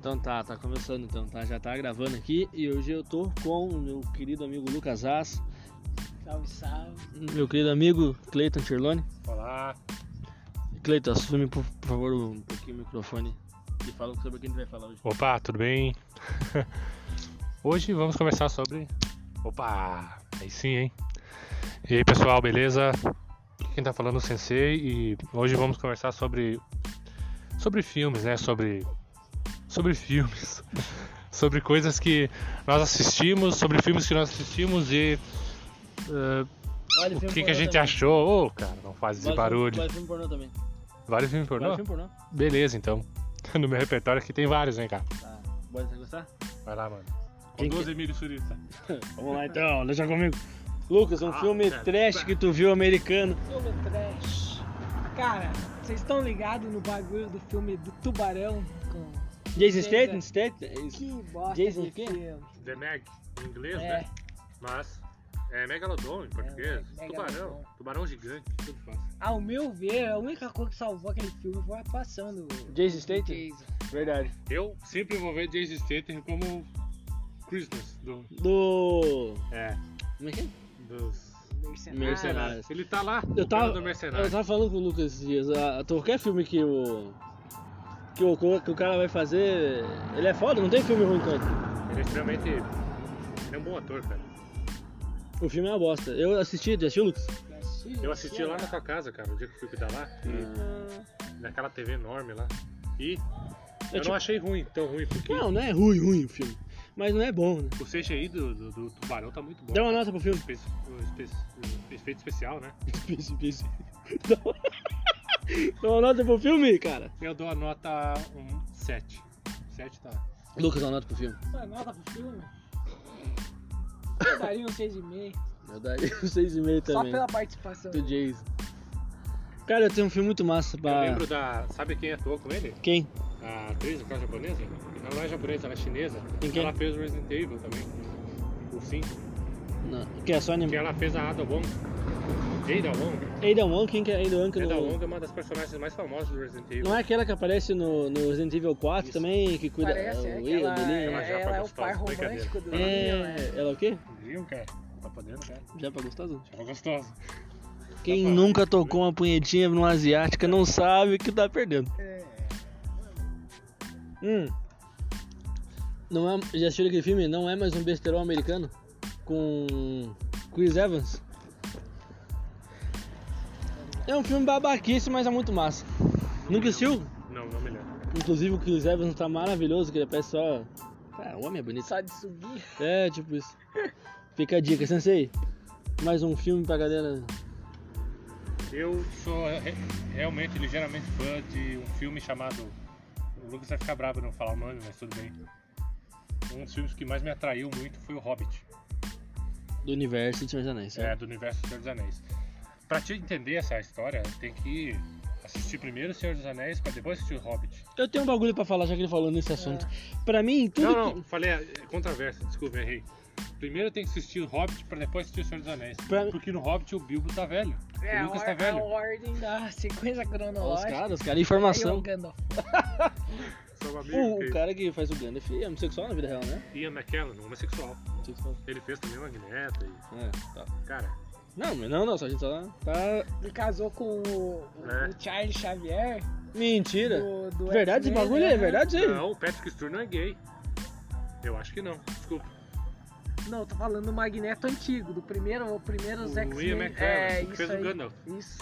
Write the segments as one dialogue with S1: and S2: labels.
S1: Então tá, tá começando então, tá? Já tá gravando aqui e hoje eu tô com o meu querido amigo Lucas As,
S2: Salve, salve.
S1: meu querido amigo Cleiton Tirlone.
S3: Olá,
S1: Cleiton, assume por, por favor um pouquinho o microfone e fala sobre o que a gente vai falar hoje.
S3: opa, tudo bem? Hoje vamos conversar sobre. Opa, aí sim, hein? E aí pessoal, beleza? Aqui Quem tá falando é o Sensei e hoje vamos conversar sobre. sobre filmes, né? Sobre. sobre filmes. sobre coisas que nós assistimos, sobre filmes que nós assistimos e. eh,
S1: Vale
S3: o
S1: filme
S3: que, que
S1: pornô
S3: a gente
S1: também.
S3: achou? Ô, cara, não faz esse
S1: Vale filme-
S3: barulho.
S1: Vale filme pornô também.
S3: Vários filmes
S1: Vale
S3: pornô?
S1: filme pornô?
S3: Beleza, então. No meu repertório aqui tem vários, hein, cara?
S1: Tá. Bora você gostar?
S3: Vai lá, mano.
S1: Quem que-
S3: Emílio Surita.
S1: Vamos lá então, deixa comigo. Lucas, um
S3: Ah,
S1: filme
S3: cara.
S1: trash que tu viu americano.
S2: Filme trash. Cara, vocês estão ligados no bagulho do filme do Tubarão? Com...
S1: Jason Statham?
S2: Jason.
S1: Statham? É
S2: Que bosta
S1: Jason
S2: de
S1: o quê?
S2: filme.
S3: The Meg, em inglês,
S2: É.
S3: né? Mas é Megalodon em português.
S2: É, Megalodon.
S3: tubarão. Tubarão gigante. Tudo fácil.
S2: Ao meu ver, a única coisa que salvou aquele filme foi a atuação do
S1: Jason Statham?
S2: Jason.
S1: Verdade.
S3: Eu sempre vou ver Jason Statham como Christmas, do,
S1: Do...
S3: é,
S1: Como é que é?
S3: dos
S2: Mercenário.
S1: Mercenário.
S3: mercenários. É. Ele tá lá,
S1: Eu tava,
S3: do mercenário.
S1: eu tava falando com o Lucas esses dias, a, a- qualquer filme que o, que o. que o cara vai fazer. Ele é foda, não tem filme ruim tanto.
S3: Ele é extremamente... Ele é um bom ator, cara.
S1: O filme é uma bosta. Eu assisti, já assistiu, Lucas?
S3: Eu assisti
S2: né?
S3: lá na tua casa, cara, o dia que eu fui cuidar lá. e- Naquela TV enorme lá. E eu
S1: tipo-
S3: não achei ruim, tão ruim, porque
S1: Não, não é ruim, ruim o filme. Mas não é bom, né?
S3: o CGI do, do, do tubarão tá muito bom.
S1: Dá uma nota pro filme.
S3: Espe- o espe- o Efeito especial, né?
S1: Difícil, difícil. Dá uma- Dá uma nota pro filme, cara.
S3: Eu dou a nota um 7. 7 tá.
S1: Lucas, dá uma nota pro filme.
S2: Uma nota pro filme? Eu daria um 6,5.
S1: Eu daria um 6,5
S2: Só
S1: também.
S2: pela participação.
S1: Do Jason. Cara, eu tenho um filme muito massa
S3: Eu
S1: pra.
S3: lembro da. Sabe quem atuou com ele?
S1: Quem?
S3: A atriz, aquela japonesa? Ela não é japonesa, ela é chinesa.
S1: Quem que é?
S3: Ela fez o Resident Evil também. O 5.
S1: Não. Que é só anime.
S3: Que ela fez a Ada Wong. Ada Wong.
S1: Ada Wong, quem que é Ada Wong? que
S3: Ada
S1: não-
S3: Wong é uma das personagens mais famosas do Resident Evil.
S1: Não é aquela que aparece no, no Resident Evil 4
S3: Isso.
S1: também, que cuida
S2: Parece,
S1: é,
S2: é
S1: o
S2: que ela,
S1: Will, dele,
S3: Ela
S1: né?
S3: já
S2: ela é o
S3: participou
S2: par
S3: das brincadeiras.
S2: romântico do né?
S1: É, ela é o quê?
S3: Viu, cara? Tá podendo, cara?
S1: Japa gostosa?
S3: Tava é gostosa.
S1: Quem
S3: Japa.
S1: nunca tocou uma punhetinha numa asiática não sabe que tá perdendo.
S2: É.
S1: Hum. Não é, já assistiu aquele filme? Não é mais um besterol americano? Com Chris Evans? É um filme babaquice, mas é muito massa. Nunca assistiu?
S3: Não, não me lembro.
S1: Inclusive o Chris Evans tá maravilhoso, que ele parece só... Cara, o homem é bonito.
S2: Só de subir.
S1: É, tipo isso. Fica a dica, Sensei. Mais um filme pra galera.
S3: Eu sou re- realmente ligeiramente fã de um filme chamado. O Lucas vai ficar bravo de não falar o nome, mas tudo bem. Um dos filmes que mais me atraiu muito foi O Hobbit,
S1: do universo de Senhor dos Anéis.
S3: é,
S1: certo?
S3: do universo do Senhor dos Anéis. Pra te entender essa história, tem que assistir primeiro O Senhor dos Anéis pra depois assistir O Hobbit.
S1: Eu tenho um bagulho pra falar, já que ele falou
S2: É.
S1: nesse assunto. Pra mim, tudo
S3: É. Não, não,
S1: que.
S3: falei é, controvérsia, desculpa, errei. Primeiro tem que assistir O Hobbit pra depois assistir O Senhor dos Anéis.
S1: Pra-
S3: Porque no Hobbit o Bilbo tá velho.
S2: É,
S3: o Lucas
S2: a,
S3: tá
S2: or-
S3: velho.
S2: a ordem da sequência
S1: Ó, os
S2: cronológica.
S1: caras, os caras,
S2: Aí o
S1: informação.
S2: Gandalf.
S3: Sou um amigo
S1: O,
S3: que-
S1: o cara que faz o Gandalf é homossexual na vida real, né?
S3: Ian McKellen, um homossexual.
S1: Homossexual.
S3: Ele fez também o Magneto e.
S1: É, tá.
S3: Cara.
S1: Não, mas não, não, só a gente só tá.
S2: Ele casou com o, o-
S3: É.
S2: o Charles Xavier.
S1: Mentira!
S2: Do, do
S1: verdade esse
S2: X-Men,
S1: bagulho?
S2: né?
S1: É verdade isso aí?
S3: Não, o Patrick Stewart não é gay. Eu acho que não. Desculpa.
S2: Não, tô falando do Magneto antigo, do primeiro, o primeiro
S3: O
S2: Zack
S3: Ian
S2: Smith. É,
S3: McKellen, que
S2: isso
S3: fez
S2: aí.
S3: o Gandalf.
S2: Isso.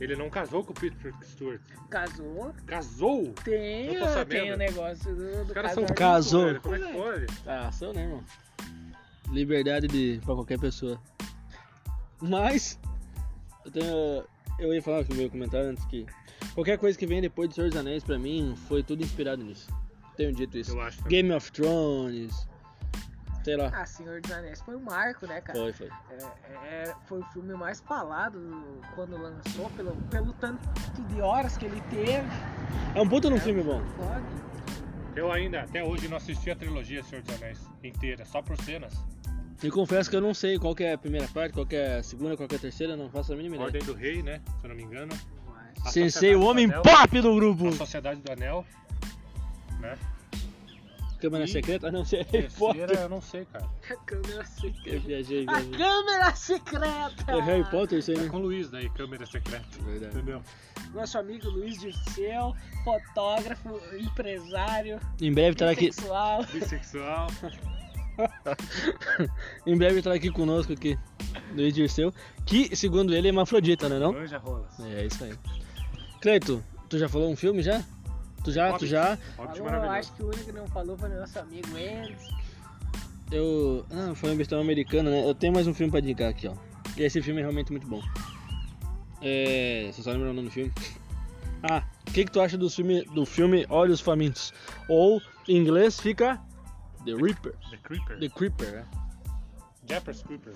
S3: Ele não casou com o Patrick Stewart.
S2: Casou.
S3: Casou!
S2: Tem,
S3: Não tô sabendo.
S2: tem o negócio do,
S3: Os
S2: do
S3: caras são
S2: casal.
S1: ca- Casou.
S3: Velho. Como é que pode?
S1: Ah, ação, né, irmão? Liberdade de pra qualquer pessoa. Mas eu tenho eu ia falar que o meu comentário antes que qualquer coisa que vem depois de Senhor dos Anéis pra mim foi tudo inspirado nisso. Tenho dito isso.
S3: Eu acho também.
S1: Game of Thrones, sei lá.
S2: Ah, Senhor dos Anéis foi um marco, né, cara?
S1: Foi, foi.
S2: É, é, foi o filme mais falado quando lançou, pelo, pelo tanto de horas que ele teve.
S1: É um puta num
S2: É,
S1: filme bom.
S2: Foda.
S3: Eu ainda, até hoje, não assisti a trilogia Senhor dos Anéis inteira, só por cenas.
S1: E confesso que eu não sei qual que é a primeira parte, qual que é a segunda, qual que é a terceira, não faço a mínima ideia.
S3: Ordem do Rei, né? Se eu não me engano. A
S1: Sensei,
S3: Sociedade
S1: o
S3: do
S1: homem
S3: Anel.
S1: pop do grupo.
S3: A Sociedade do Anel. Né?
S1: Câmera
S3: E-
S1: secreta? Ah, não, você é Harry Potter.
S3: Terceira, eu não sei, cara.
S2: A câmera secreta.
S1: Eu viajei,
S2: A
S1: viajei.
S2: câmera secreta!
S1: É Harry Potter isso aí,
S3: É
S1: né?
S3: com o Luiz daí, câmera secreta.
S1: Verdade.
S3: Entendeu?
S2: Nosso amigo Luiz Dirceu, fotógrafo, empresário,
S1: Em breve estará Então aqui,
S2: sexual.
S3: Bissexual.
S1: em breve estará aqui conosco aqui, Luiz Dirceu, que, segundo ele, é hermafrodita, né não?
S3: Anja Rolas.
S1: É, isso aí. Cleito, tu já falou um filme já? Tu já, tu
S3: Hobbit.
S1: já?
S3: Hobbit
S2: Falou,
S3: maravilhoso.
S2: acho que o único que não falou foi nosso amigo Endes.
S1: Eu. Ah, foi um bestão americano, né? Eu tenho mais um filme pra indicar aqui, ó. E esse filme é realmente muito bom. É. Você só lembra o nome do filme? Ah, o que, que tu acha do filme, do filme Olhos Famintos? Ou, em inglês, fica. The Reaper.
S3: The Creeper.
S1: The Creeper, né?
S3: Jappers Creeper.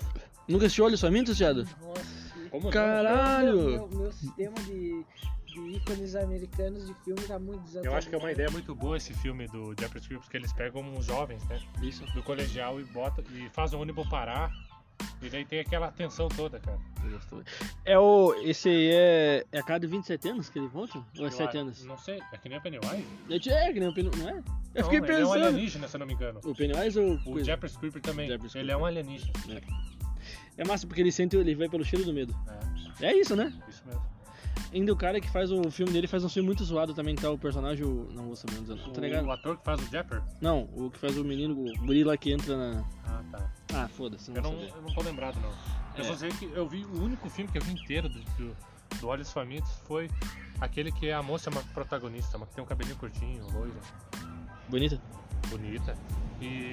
S1: Nunca assistiu Olhos Famintos, Thiago?
S2: Nossa.
S3: Como não?
S1: Caralho!
S2: Meu, meu sistema de, de ícones americanos de filme tá muito desatualizado.
S3: Eu acho que é uma ideia muito boa esse filme do Jappers Creeper, porque eles pegam uns jovens, né?
S1: Isso.
S3: Do colegial e botam e fazem o ônibus parar. E daí tem aquela tensão toda, cara.
S1: É o. Esse aí é. É a cada 27 anos que ele volta? Ou é
S3: Eu
S1: 7
S3: acho-
S1: anos?
S3: Não sei, é que nem o Pennywise.
S1: Eu te- É, que nem o Pennywise, não é? Eu fiquei
S3: Não, Ele é um
S1: pensando.
S3: alienígena, se eu não me engano.
S1: O Pennywise ou.
S3: O
S1: coisa?
S3: Jappers Creeper também.
S1: Jeepers
S3: ele é um alienígena.
S1: É massa porque ele sente. Ele vai pelo cheiro do medo.
S3: É,
S1: É isso, né?
S3: isso mesmo.
S1: Ainda o cara que faz o filme dele faz um filme muito zoado também, que tá o personagem. o- Não vou saber o nome, tá
S3: O,
S1: ligado?
S3: ator que faz o Japper?
S1: Não, o que faz o menino, o guri lá que entra na.
S3: Ah, tá.
S1: Ah, foda-se, não
S3: Eu
S1: vou
S3: não,
S1: saber.
S3: eu não tô lembrado, não.
S1: É.
S3: Eu só sei que eu vi o único filme que eu vi inteiro do, do, do Olhos Famintos foi aquele que é a moça uma protagonista, uma que tem um cabelinho curtinho, loira,
S1: Bonita?
S3: bonita. E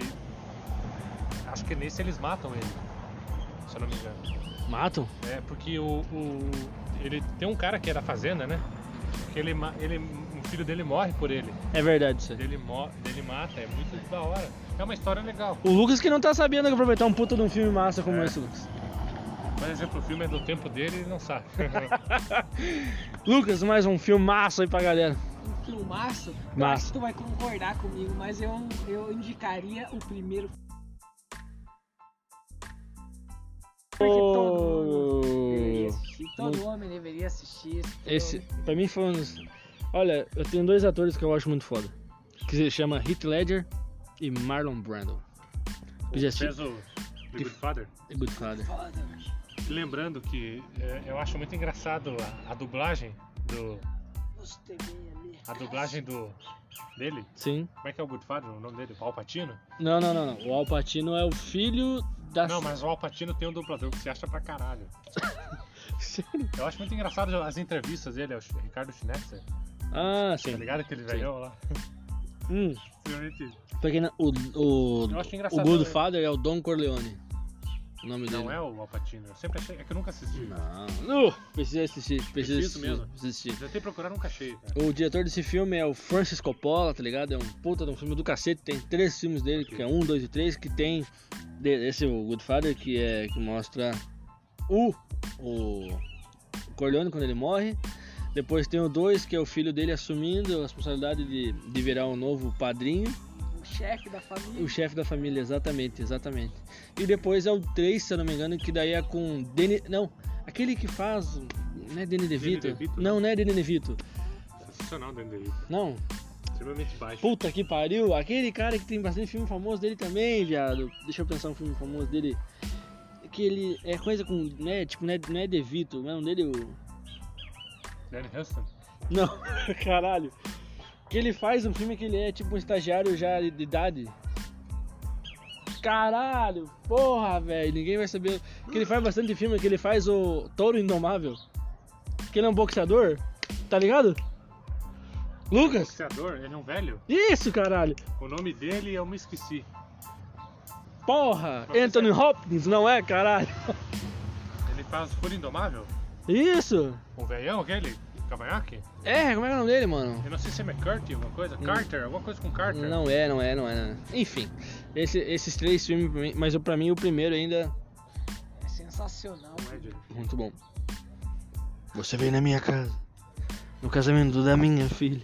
S3: acho que nesse eles matam ele, se eu não me engano.
S1: Matam?
S3: É, porque o, o- ele tem um cara que é da fazenda, né? Que ele, ma- ele, um filho dele morre por ele.
S1: É verdade isso aí.
S3: Dele, mo, dele mata, é muito da hora. É uma história legal.
S1: O Lucas que não tá sabendo aproveitar um puta de um filme massa como
S3: É.
S1: esse, Lucas.
S3: Por exemplo, o filme é do tempo dele e ele não sabe.
S1: Lucas, mais um filme massa aí pra galera.
S2: Um filmaço. Eu
S1: Massa.
S2: acho que tu vai concordar comigo, mas eu, eu indicaria o primeiro filme. que todo mundo deveria assistir. Todo homem deveria assistir. todo
S1: Esse,
S2: homem.
S1: pra mim foi um dos... Olha, eu tenho dois atores que eu acho muito foda. Que se chama Heath Ledger e Marlon Brando. É Tu já assistiu?
S3: Fez o The Good Father.
S1: The Good Father.
S2: Foda, velho.
S3: Lembrando que é, eu acho muito engraçado a, a dublagem do.
S2: Os TV ali.
S3: A dublagem do. dele.
S1: Sim.
S3: Como é que é o Good Father? O nome dele? O Alpatino?
S1: Não, não, não, não. O Al Pacino é o filho da...
S3: Não, mas o Alpatino tem um dublador que você acha pra caralho. Eu acho muito engraçado as entrevistas dele, é o Sch- Ricardo Schnetzer,
S1: Ah,
S3: tá
S1: sim.
S3: ligado? Aquele
S1: Sim.
S3: velhão lá.
S1: Hum.
S3: Realmente,
S1: Pra quem não... O, o,
S3: Eu acho engraçado,
S1: o Good
S3: né?
S1: Father é o Don Corleone. O nome dele.
S3: Não é o Alpatino, eu sempre achei, é que eu nunca assisti.
S1: Não. Uh, precisa assistir. Precisa
S3: Preciso
S1: assistir.
S3: mesmo.
S1: Precisa assistir.
S3: Já tentei procurar, nunca achei, cara.
S1: O diretor desse filme é o Francis Coppola, tá ligado? É um puta de um filme do cacete. Tem três filmes dele, que é um, dois e três, que tem de- esse o Goodfather, que é que mostra o o Corleone quando ele morre. Depois tem o dois, que é o filho dele assumindo a responsabilidade de, de virar o novo padrinho,
S2: O chefe da família.
S1: o chefe da família, exatamente, exatamente. E depois é o três, se eu não me engano, que daí é com Danny, não, aquele que faz, não é Danny DeVito?
S3: DeVito,
S1: não, não é Danny DeVito.
S3: Sensacional dentro dele,
S1: Não,
S3: extremamente baixo.
S1: Puta que pariu, aquele cara que tem bastante filme famoso dele também, viado. Deixa eu pensar um filme famoso dele. Que ele é coisa com. Né, tipo, não é, não é De Vito, não é um dele o.
S3: Danny Huston,
S1: Não, caralho. Que ele faz um filme que ele é tipo um estagiário já de idade. Caralho, porra, velho, ninguém vai saber. Que ele faz bastante filme, que ele faz o Touro Indomável. Que ele é um boxeador, tá ligado? Lucas?
S3: boxeador, ele é um velho.
S1: Isso, caralho.
S3: O nome dele eu me esqueci.
S1: Porra!
S3: Mas
S1: Anthony
S3: você-
S1: Hopkins, não é, caralho?
S3: Ele faz Fúria Indomável?
S1: Isso!
S3: O velhão aquele? Cavanhaque?
S1: É, como é que é o nome dele, mano?
S3: Eu não sei se é McCarthy, alguma coisa. Carter, alguma coisa com Carter.
S1: Não é, não é, não é, não é. Enfim, esse- esses três filmes, pra mim- mas eu- pra mim o primeiro ainda.
S2: É sensacional.
S3: Não é, Diego?
S1: Muito bom. Você vem na minha casa, no casamento da minha filha.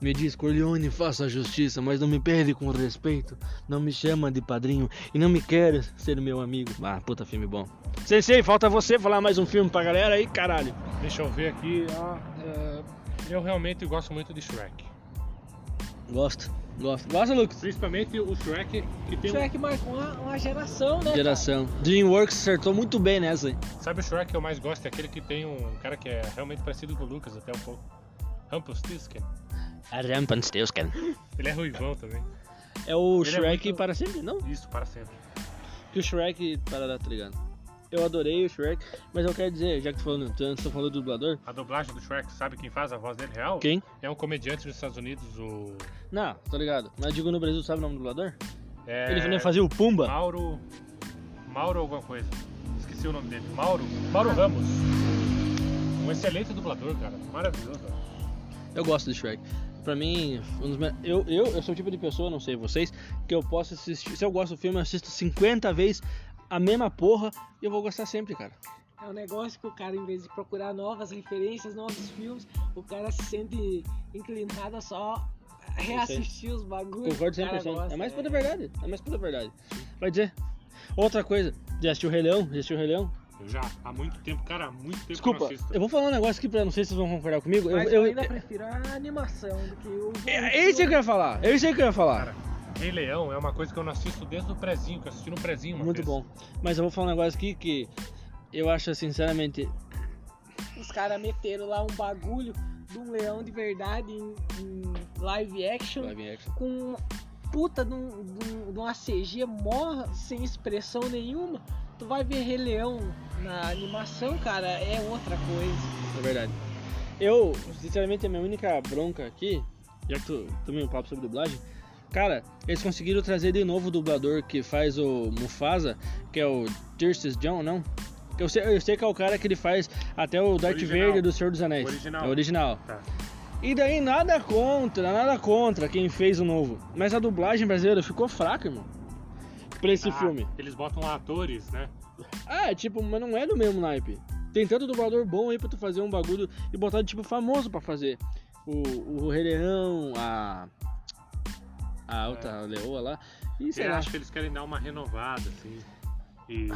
S1: Me diz, Corleone, faça a justiça, mas não me perde com respeito. Não me chama de padrinho e não me quer ser meu amigo. Ah, puta filme bom. Sensei, falta você falar mais um filme pra galera aí, caralho.
S3: Deixa eu
S1: é,
S3: ver aqui. ah, ah, eu realmente gosto muito de Shrek.
S1: Gosto. Gosta. Gosta, Lucas?
S3: Principalmente o Shrek, que tem um-
S2: Shrek é marcou uma, uma geração, né? cara?
S1: um Geração. Dreamworks acertou muito bem nessa aí.
S3: um. Sabe o Shrek que eu mais gosto? É aquele que tem um cara que é realmente parecido com o Lucas, até um pouco. Rumpelstiltskin. Ele é ruivão também.
S1: É o
S3: Ele é
S1: Shrek
S3: muito-
S1: para sempre, não?
S3: Isso, para sempre.
S1: E o Shrek para dar, tá ligado? Eu adorei o Shrek, mas eu quero dizer, já que tu falou no tanto, tu falou do dublador.
S3: A dublagem do Shrek, sabe quem faz a voz dele real?
S1: Quem?
S3: É um comediante dos Estados Unidos, o.
S1: Não, tô ligado. Mas digo no Brasil, sabe o nome do dublador?
S3: É...
S1: Ele não fazia o Pumba.
S3: Mauro. Mauro alguma coisa. Esqueci o nome dele. Mauro. Mauro Ramos. Um excelente dublador, cara. Maravilhoso.
S1: Eu gosto do Shrek. Pra mim, um dos me- eu, eu, eu sou o tipo de pessoa, não sei vocês, que eu posso assistir. Se eu gosto do filme, eu assisto 50 vezes a mesma porra e eu vou gostar sempre, cara.
S2: É um negócio que o cara, em vez de procurar novas referências, novos filmes, o cara se sente inclinado a só reassistir os bagulhos.
S1: Concordo
S2: que o cara
S1: 100%.
S2: gosta,
S1: é mais
S2: né?
S1: pura verdade. É mais pura verdade. Vai dizer. Outra coisa, já assistiu o Rei Leão? Já assistiu o Rei Leão?
S3: Eu já, há muito tempo, cara, há muito tempo
S1: Desculpa,
S3: que eu não assisto.
S1: eu vou falar um negócio aqui pra não sei se vocês vão concordar comigo. Eu,
S2: Mas
S1: eu,
S2: eu ainda prefiro a animação do que o.
S1: é isso que eu ia falar. É isso que eu ia falar.
S3: Cara, Rei Leão é uma coisa que eu não assisto desde o prezinho, que eu assisti no prezinho, uma
S1: Muito
S3: vez.
S1: bom. Mas eu vou falar um negócio aqui que eu acho sinceramente.
S2: Os caras meteram lá um bagulho de um leão de verdade em, em live action
S1: Live action.
S2: com uma puta de, um, de, um- de uma CG mó sem expressão nenhuma. Tu vai ver Rei Leão na animação, cara, é outra coisa.
S1: É verdade. Eu, sinceramente, a minha única bronca aqui, já que tu também um papo sobre dublagem, cara, eles conseguiram trazer de novo o dublador que faz o Mufasa, que é o Tirsis John, não? Que Eu sei, eu sei que é o cara que ele faz até o Darth
S3: Original.
S1: Vader do Senhor dos Anéis.
S3: Original.
S1: É o original.
S3: Tá.
S1: E daí nada contra, nada contra quem fez o novo. Mas a dublagem brasileira ficou fraca, irmão. Pra esse
S3: Ah,
S1: filme.
S3: Eles botam lá atores, né?
S1: Ah, é tipo, mas não é do mesmo naipe. Tem tanto dublador bom aí pra tu fazer um bagulho e botar de tipo famoso pra fazer. O, o Rei Leão, a. A
S3: É.
S1: outra leoa lá. E sei
S3: eu
S1: lá.
S3: acho que eles querem dar uma renovada, assim. E,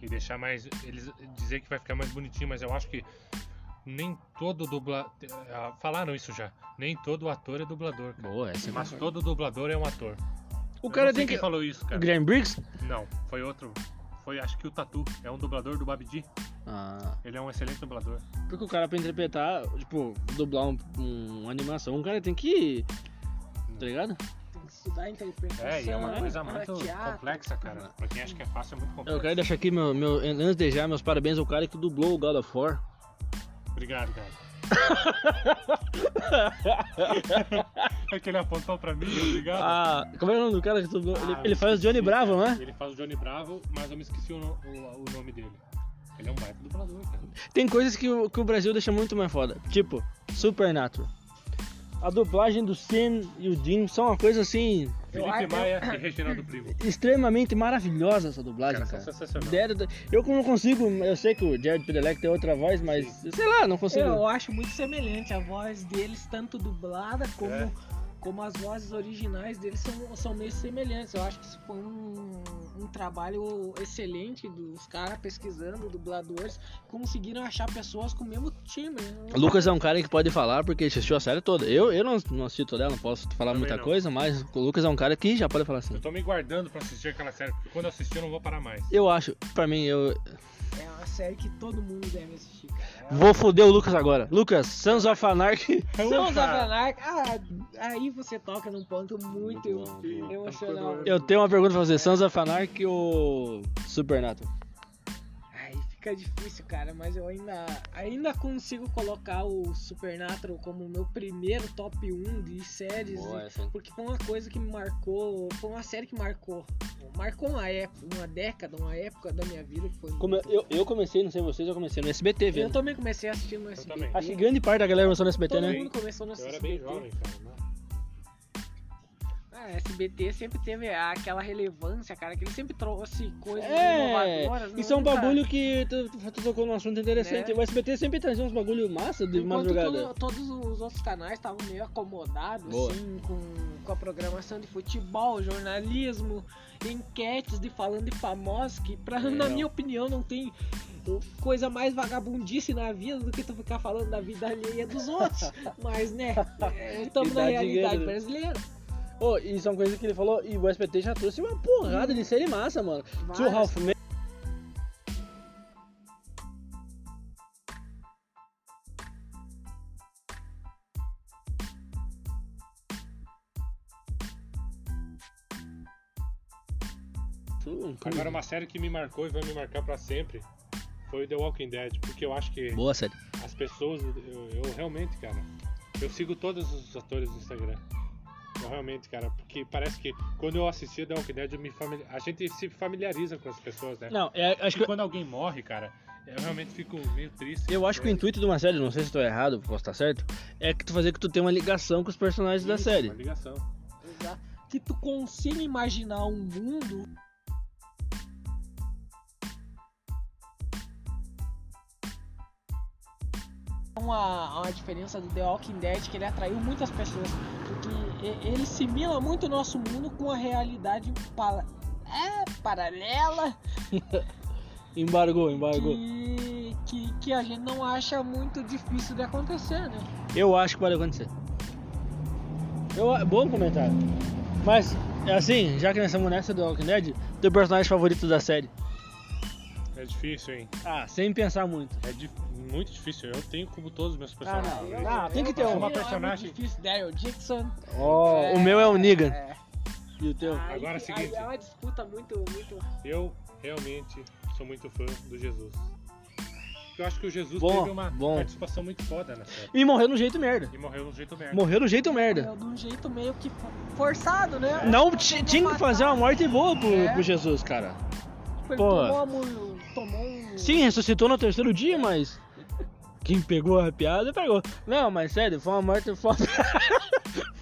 S3: e deixar mais. Eles dizer que vai ficar mais bonitinho, mas eu acho que nem todo dublador. Falaram isso já. Nem todo ator é dublador. cara.
S1: Boa, essa é
S3: Mas
S1: massa.
S3: todo dublador é um ator.
S1: O
S3: Eu
S1: cara
S3: não sei
S1: tem
S3: quem
S1: que.
S3: falou isso,
S1: O
S3: cara.
S1: Graham Briggs?
S3: Não, foi outro. Foi acho que o Tatu. É um dublador do Babidi.
S1: Ah.
S3: Ele é um excelente dublador.
S1: Porque o cara pra interpretar, tipo, dublar um, um- uma animação, o cara tem que. Tá ligado?
S2: Tem que estudar então, a interpretação.
S3: É, e é uma coisa
S2: para
S3: muito
S2: teatro.
S3: complexa, cara. Pra quem acha que é fácil, é muito
S1: Eu
S3: complexo.
S1: quero deixar aqui, meu, meu, antes de já, meus parabéns ao cara que dublou o God of War.
S3: Obrigado, cara. é que ele apontou pra mim, obrigado.
S1: Ah, como é o nome do cara que dublou? Ele,
S3: Ah,
S1: ele
S3: eu
S1: faz o Johnny
S3: esqueci,
S1: Bravo,
S3: cara.
S1: né?
S3: Ele faz o Johnny Bravo, mas eu me esqueci o, no- o- o nome dele. Ele é um baita dublador, cara.
S1: Tem coisas que o, que o Brasil deixa muito mais foda. Tipo, Supernatural. A dublagem do Sam e o Jim são uma coisa assim.
S3: Felipe
S2: acho-
S3: Maia e Reginaldo Primo.
S1: Extremamente maravilhosa essa dublagem,
S3: Cara, são
S1: cara.
S3: sensacional.
S1: Deram- Eu como não consigo, eu sei que o Jared Pedelec tem outra voz, mas sei lá, não consigo.
S3: É,
S2: Eu acho muito semelhante a voz deles, tanto dublada como,
S3: É.
S2: como as vozes originais deles são, são meio semelhantes. Eu acho que isso foi um, um trabalho excelente dos caras pesquisando, dubladores, conseguiram achar pessoas com o mesmo time. né?
S1: O Lucas é um cara que pode falar porque assistiu a série toda. Eu, eu não, não assisti toda ela, não posso falar
S3: Também
S1: muita
S3: não.
S1: coisa, mas o Lucas é um cara que já pode falar assim.
S3: Eu tô me guardando pra assistir aquela série, porque quando eu assistir eu não vou parar mais.
S1: Eu acho, pra mim, eu.
S2: É uma série que todo mundo deve assistir, cara.
S1: Vou foder o Lucas agora. Lucas, Sons of Anarchy.
S2: São os
S3: cara.
S2: Avanark, ah, aí você toca num ponto muito,
S1: Muito bom, muito bom.
S2: emocional.
S1: Eu tenho uma pergunta pra fazer: Sons of Anarchy ou Supernatural?
S2: Aí fica difícil, cara, mas eu ainda, ainda consigo colocar o Supernatural como o meu primeiro top 1 de séries.
S1: Boa,
S2: e-
S1: essa, hein?
S2: porque foi uma coisa que me marcou, foi uma série que marcou. Marcou uma época, uma década, uma época da minha vida que foi.
S1: Como eu,
S2: muito-
S1: eu, eu comecei, não sei vocês, eu comecei no SBT,
S2: eu
S1: velho.
S2: também comecei a assistir no SBT.
S3: também.
S1: Acho que grande parte da galera começou no SBT,
S2: Todo
S1: né?
S2: mundo começou no
S3: Eu
S2: SBT.
S3: era bem jovem, cara. né?
S2: Ah, SBT sempre teve aquela relevância, cara, que ele sempre trouxe coisas
S1: É,
S2: inovadoras.
S1: isso é um
S2: nunca-
S1: bagulho que tu, tu- tu tocou num assunto interessante.
S2: Né?
S1: O SBT sempre trazia uns bagulho massa de
S2: Enquanto
S1: madrugada.
S2: todo- todos os outros canais estavam meio acomodados
S1: Boa.
S2: assim, com, com a programação de futebol, jornalismo, enquetes de falando de famosos, que pra,
S1: É.
S2: na minha opinião não tem coisa mais vagabundice na vida do que tu ficar falando da vida alheia dos outros. Mas né, estamos na
S1: Idade
S2: realidade
S1: ganha, né?
S2: brasileira.
S1: Oh, isso é uma coisa que ele falou, e o SPT já trouxe uma porrada de série massa, mano. Two
S2: Várias.
S1: Half Men. Hum,
S3: Agora é uma série que me marcou e vai me marcar pra sempre foi The Walking Dead, porque eu acho que
S1: Boa série.
S3: as pessoas, eu, eu realmente, cara, eu sigo todos os atores do Instagram. Eu realmente, cara, porque parece que quando eu assistia The Walking Dead, eu me famili- a gente se familiariza com as pessoas, né?
S1: Não, é, acho
S3: E
S1: que
S3: quando alguém morre, cara, eu realmente fico meio triste.
S1: Eu acho que o
S3: Isso,
S1: intuito de uma série, não sei se tô errado, posso estar certo, é que tu fazer que tu tenha uma ligação com os personagens da série.
S3: é uma ligação.
S2: Exato. tá? Que tu consiga imaginar um mundo. Uma, uma diferença do The Walking Dead que ele atraiu muitas pessoas. Porque e- ele simula muito o nosso mundo com a realidade pala- é, paralela
S1: Embargou, embargou.
S2: que, que, que a gente não acha muito difícil de acontecer, né?
S1: Eu acho que pode acontecer. Eu, a- bom comentário. Mas, é assim, já que nós estamos nessa do Walking Dead, teu personagem favorito da série?
S3: É difícil, hein?
S1: Ah, sem pensar muito.
S3: É dif- muito difícil. Eu tenho como todos os meus
S2: Ah,
S3: personagens.
S2: não. Ah,
S1: tem que ter
S3: uma
S2: É muito
S3: personagem-
S2: difícil, né? Daryl Dixon.
S1: Oh, o meu é o Negan.
S2: É.
S1: E o teu?
S3: Agora
S2: Aí-
S3: é o
S2: aí
S3: seguinte.
S2: é uma disputa muito, muito.
S3: Eu realmente sou muito fã do Jesus. Eu acho que o Jesus
S1: Bom,
S3: teve uma
S1: bom.
S3: participação muito foda na série.
S1: E morreu no jeito merda.
S3: E morreu de um jeito merda.
S1: Morreu no jeito merda.
S2: É, De um jeito meio que forçado, né?
S1: Não, ti- tinha que fazer uma morte boa pro,
S2: É.
S1: pro Jesus, cara.
S2: Tipo, ele
S1: porra.
S2: tomou, mu- tomou um.
S1: Sim, ressuscitou no terceiro dia, mas. Quem pegou a piada, pegou. Não, mas sério, foi uma morte. Foi uma piada.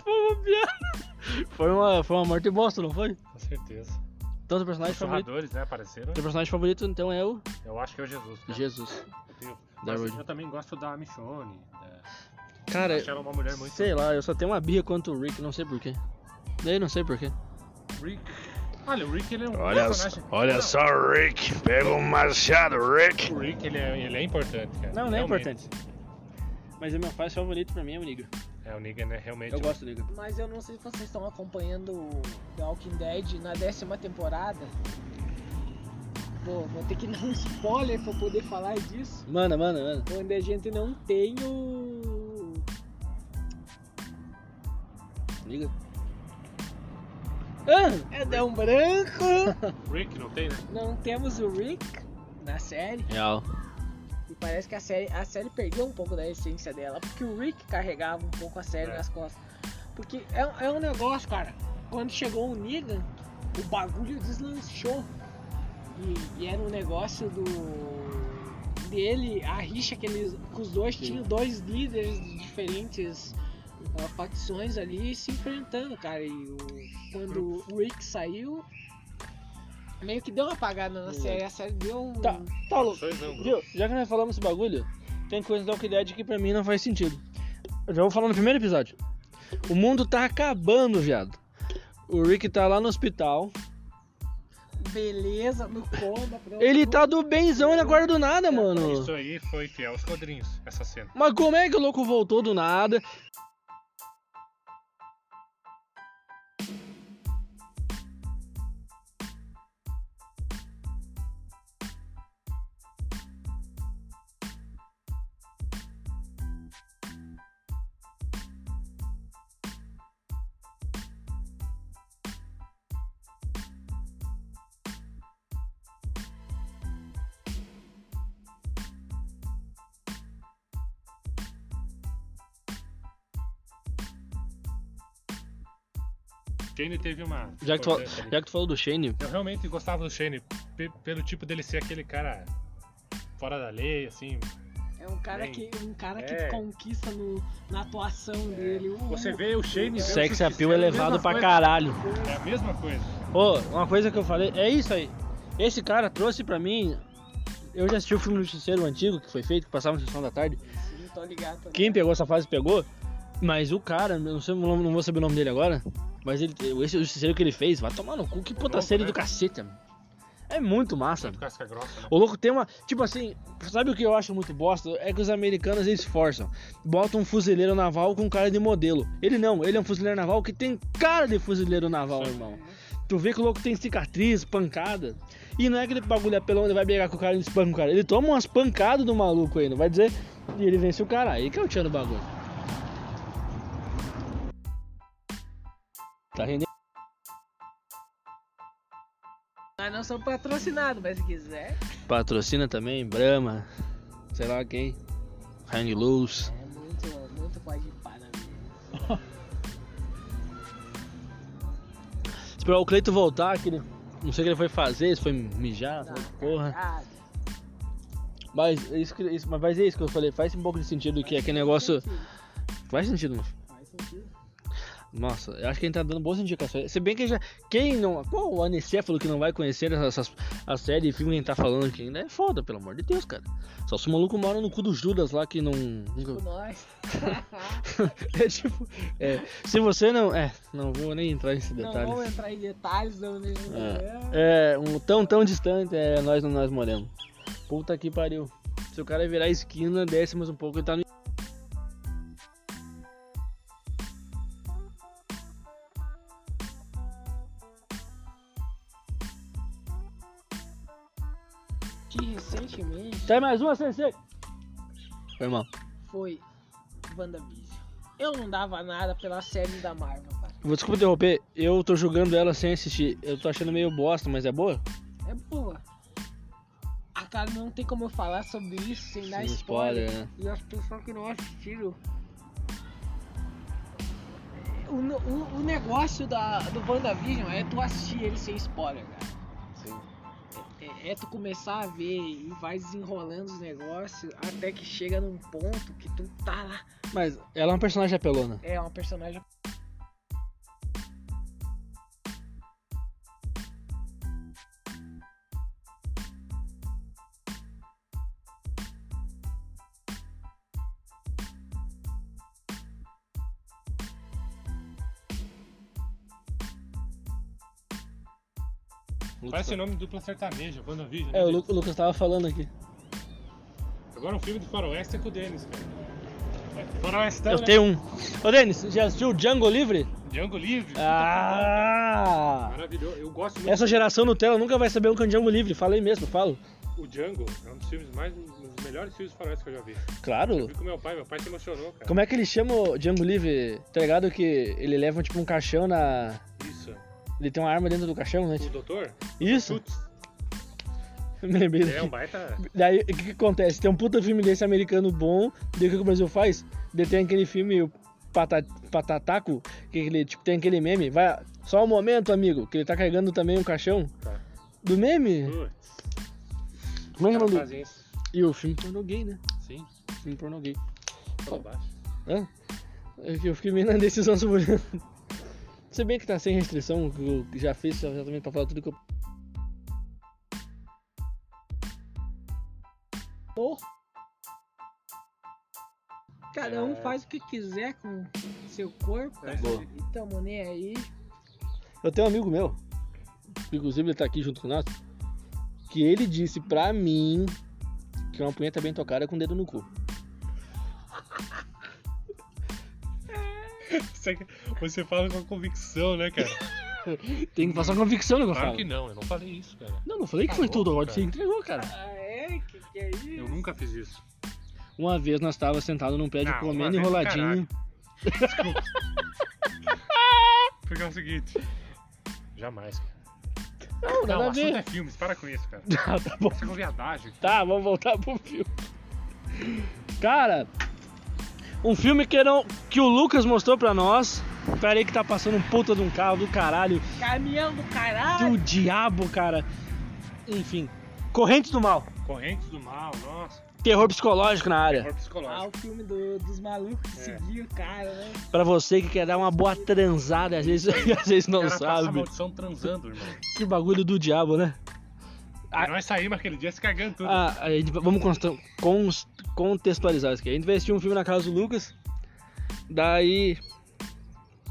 S1: Foi uma, piada. Foi uma, foi uma morte bosta, não foi?
S3: Com certeza.
S1: Então, teu personagem
S3: Os
S1: favorito.
S3: narradores, né, apareceram.
S1: Teu personagem favorito, então, é o
S3: Eu acho que é o Jesus. Cara.
S1: Jesus.
S3: Eu tenho-
S1: Da
S3: Mas
S1: Road.
S3: eu também gosto da Michonne. Da...
S1: Cara,
S3: Acho ela uma mulher muito...
S1: É, sei lá, eu só tenho uma birra quanto o Rick, não sei porquê. Daí não sei porquê.
S3: Rick. Olha, o Rick ele é um
S4: Olha,
S3: personagem...
S4: olha
S3: Não,
S4: só, Rick. Pega o machado, Rick.
S3: O Rick ele é, ele é importante, cara.
S1: Não, não é
S3: Realmente.
S1: importante. Mas o meu faz favorito pra mim é o Nigga.
S3: É, o Negan é realmente...
S1: Eu
S3: um-
S1: gosto do Nigga.
S2: Mas eu não sei se vocês estão acompanhando o The Walking Dead na décima temporada. Pô, vou ter que dar um spoiler pra eu poder falar disso.
S1: Mano, mano, mano.
S2: Onde a gente não tem o.
S1: Nigga. Ah!
S2: É deu um branco!
S3: Rick não tem, né?
S2: não temos o Rick na série.
S1: Real.
S2: E parece que a série, a série perdeu um pouco da essência dela, porque o Rick carregava um pouco a série
S3: É.
S2: nas costas. Porque é, um- é um negócio, cara. Quando chegou o Negan, o bagulho deslanchou. E, e era um negócio do. dele, a rixa que eles. que os dois
S1: Sim.
S2: tinham dois líderes de diferentes ah, facções ali se enfrentando, cara. E o- quando o Rick saiu. Meio que deu uma apagada na
S1: Verdade.
S2: série, a série deu um.
S1: Tá, tá, Lu.
S3: Dois não,
S1: Viu? Já que nós falamos esse bagulho, tem coisa da Dead que pra mim não faz sentido. Eu já vou falar no primeiro episódio. O mundo tá acabando, viado. O Rick tá lá no hospital.
S2: beleza, no coma. pronto.
S1: Ele tá do benzão e não acorda do nada, mano.
S3: É, Isso aí foi fiel aos quadrinhos, essa cena.
S1: Mas como é que o louco voltou do nada?
S3: Jane teve uma...
S1: Já que tu, fal-
S3: coisa ali.
S1: já que tu falou do Shane,
S3: Eu realmente gostava do Shane pe- pelo tipo dele ser aquele cara fora da lei, assim.
S2: É um cara
S3: Bem,
S2: que, um cara
S3: é.
S2: que conquista no, na atuação dele. Uh, O-
S3: Você vê o Shane.
S1: o
S3: vê o
S1: sex
S3: Justiceiro,
S1: appeal
S3: é a
S1: elevado
S3: mesma
S1: pra
S3: coisa.
S1: caralho.
S3: É a mesma coisa.
S1: Ô, uma coisa que eu falei, é isso aí. Esse cara trouxe pra mim. Eu já assisti o filme do Justiceiro antigo que foi feito, que passava na sessão da tarde.
S2: Não tô ligado. também.
S1: Quem pegou essa fase pegou. Mas o cara, eu não, sei, o nome- não vou saber o nome dele agora. Mas ele, esse justiceiro que ele fez, vai tomar no cu, que puta
S3: louco,
S1: série
S3: né?
S1: do cacete, mano. É muito massa.
S3: Casca grossa, né?
S1: O louco tem uma. Tipo assim, sabe o que eu acho muito bosta? É que os americanos eles forçam. Botam um fuzileiro naval com cara de modelo. Ele não, ele é um fuzileiro naval que tem cara de fuzileiro naval, irmão. Tu vê que o louco tem cicatriz, pancada. E não é aquele bagulho apelão, ele vai brigar com o cara e espanca o cara. Ele toma umas pancadas do maluco ainda, vai dizer. E ele vence o cara. Aí que é o tchan do bagulho. Tá rendendo.
S2: Nós não somos patrocinados, mas se quiser.
S1: Patrocina também, Brahma. Sei lá quem. Hang Loose.
S2: É muito, muito pode ir para mim.
S1: Esperar o Cleito voltar, que ele. Não sei o que ele foi fazer, se foi mijar,
S2: Tá,
S1: foi porra.
S2: Ah,
S1: Mas, é isso, que- isso, mas vai ser isso que eu falei, faz um pouco de sentido que aquele negócio. Faz sentido, mano.
S2: Faz sentido.
S1: Nossa, eu acho que ele tá dando boas indicações. Se bem que já. Quem não. Qual o anecéfalo que não vai conhecer essas, a série e filme que a gente tá falando aqui ainda é foda, pelo amor de Deus, cara. Só se o maluco mora no cu do Judas lá que não. nunca-
S2: Tipo nós.
S1: é tipo. É, se você não. É, não vou nem entrar nesse
S2: não
S1: detalhe.
S2: vamos entrar em detalhes né? da universidade.
S1: É, um tão tão distante, é nós não nós moramos. Puta que pariu. Se o cara virar a esquina, desce mais um pouco e tá no.
S2: Que recentemente
S1: Tem mais uma, Sensei! Foi mal.
S2: foi WandaVision. Eu não dava nada pela série da Marvel, cara.
S1: Vou- Desculpa interromper, eu tô jogando ela sem assistir. Eu tô achando meio bosta, mas é boa?
S2: É boa. Ah, cara, não tem como eu falar sobre isso sem dar
S1: Sem
S2: spoiler.
S1: spoiler, né?
S2: E as pessoas que não assistiram. O, ne- o, o negócio da, do WandaVision é tu assistir ele sem spoiler, cara. É, é tu começar a ver e vai desenrolando os negócios até que chega num ponto que tu tá lá.
S1: Mas ela é uma personagem apelona.
S2: É uma personagem.
S3: Parece nome de dupla sertaneja, WandaVision. né,
S1: tá- É, o,
S3: Denis?
S1: Lu- o Lucas tava falando aqui.
S3: Agora um filme de faroeste é com o Denis, cara. É, Faroeste
S1: Eu tenho um. Ô Denis, já assistiu o Django Livre?
S3: Django Livre.
S1: Ah!
S3: Maravilhoso. Eu gosto muito.
S1: Essa geração Nutella nunca vai saber o que é um Django Livre, falei mesmo, falo.
S3: O Django é um dos filmes mais. Um dos melhores filmes de faroeste que eu já vi. Eu
S1: Claro.
S3: vi com meu pai, meu pai se emocionou, cara.
S1: Como é que ele chama o Django Livre? Tá ligado que ele leva tipo um caixão na.
S3: Isso.
S1: Ele tem uma arma dentro do caixão, né?
S3: O
S1: Tipo,
S3: doutor?
S1: Isso?
S3: Putz,
S1: Me lembrei
S3: é um
S1: daqui.
S3: baita.
S1: Daí o que, que acontece? Tem um puta filme desse americano bom, daí o que, que o Brasil faz? Daí tem aquele filme o Pata- Patataco, que ele tipo, tem aquele meme, vai. Só um momento, amigo, que ele tá carregando também um caixão.
S3: Tá. Hum.
S1: Do meme?
S3: Putz,
S1: Como é que é o nome do-
S3: fazem isso.
S1: E o filme pornô gay, né?
S3: Sim,
S1: Filme pornô gay.
S3: fala baixo.
S1: Hã? É que Eu fiquei meio na decisão sobre. Se bem que tá sem restrição, que eu já fiz exatamente pra falar tudo que eu. Oh,
S2: Cada um faz o que quiser com seu corpo.
S3: É.
S1: Boa.
S2: E tamo nem aí.
S1: Eu tenho um amigo meu, que inclusive ele tá aqui junto com nós, que ele disse pra mim que uma punheta bem tocada é com o dedo no cu.
S3: Você, você fala com convicção, né, cara?
S1: Tem que passar convicção no que eu
S3: Claro
S1: falo.
S3: que não, eu não falei isso, cara.
S1: Não, não falei que foi
S3: Tá
S1: tudo,
S3: louco,
S1: agora você
S3: cara. Tá.
S1: entregou, cara.
S2: Ah, é? Que que é isso?
S3: Eu nunca fiz isso.
S1: Uma vez nós tava sentado num prédio
S3: Ah, uma
S1: comendo
S3: vez,
S1: enroladinho.
S3: Porque é o seguinte. Jamais, cara.
S1: Não, nada
S3: Não, o
S1: a
S3: assunto
S1: ver.
S3: é filmes, para com isso, cara.
S1: Ah, tá bom.
S3: Isso é uma viadagem.
S1: Tá, vamos voltar pro filme. Cara, um filme que, não, que o Lucas mostrou pra nós. Pera aí que tá passando um puta de um carro do caralho.
S2: Caminhão do caralho!
S1: Do diabo, cara. Enfim, Correntes do Mal.
S3: Correntes do mal, nossa.
S1: Terror psicológico na área.
S3: Terror
S2: Ah,
S3: psicológico.
S2: o filme do- dos malucos que
S3: É.
S2: seguiam o cara, né?
S1: Pra você que quer dar uma boa transada, às vezes, às vezes
S3: O
S1: não
S3: cara passa
S1: sabe.
S3: maldição transando, irmão.
S1: Que bagulho do diabo, né? Ah.
S3: E nós saímos aquele dia se cagando tudo.
S1: Ah, a gente, vamos consta- cons- contextualizar isso aqui. A gente vai assistir um filme na casa do Lucas. Daí.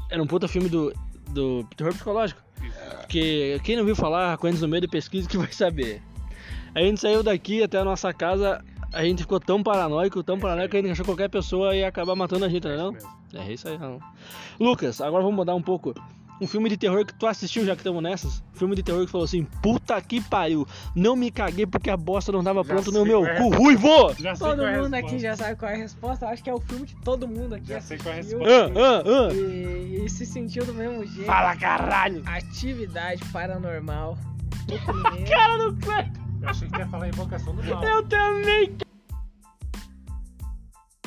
S1: Era um puta filme do, do terror psicológico.
S3: Isso.
S1: Porque quem não viu falar, com eles no meio de pesquisa que vai saber. A gente saiu daqui até a nossa casa, a gente ficou tão paranoico, tão paranoico que a gente achou que qualquer pessoa ia acabar matando a gente, não é não?
S3: mesmo.
S1: É isso aí, não. Lucas, agora vamos mudar um pouco. Um filme de terror que tu assistiu, já que estamos nessas? Filme de terror que falou assim, puta que pariu, não me caguei porque a bosta não tava
S3: Já
S1: pronta
S3: sei
S1: no meu
S3: qual é.
S1: cu ruivo!
S3: Já sei
S2: Todo
S3: qual é a
S2: mundo aqui
S3: resposta.
S2: já sabe qual é a resposta. Eu acho que é o filme que todo mundo aqui
S3: Já sei qual é a
S2: assistiu
S1: Ah,
S3: resposta. Ah.
S1: ah, ah.
S2: e, e se sentiu do mesmo jeito.
S3: Fala caralho!
S2: Atividade paranormal. O primeiro.
S1: Cara do pé,
S3: Eu achei que ia falar invocação do mal.
S1: eu também!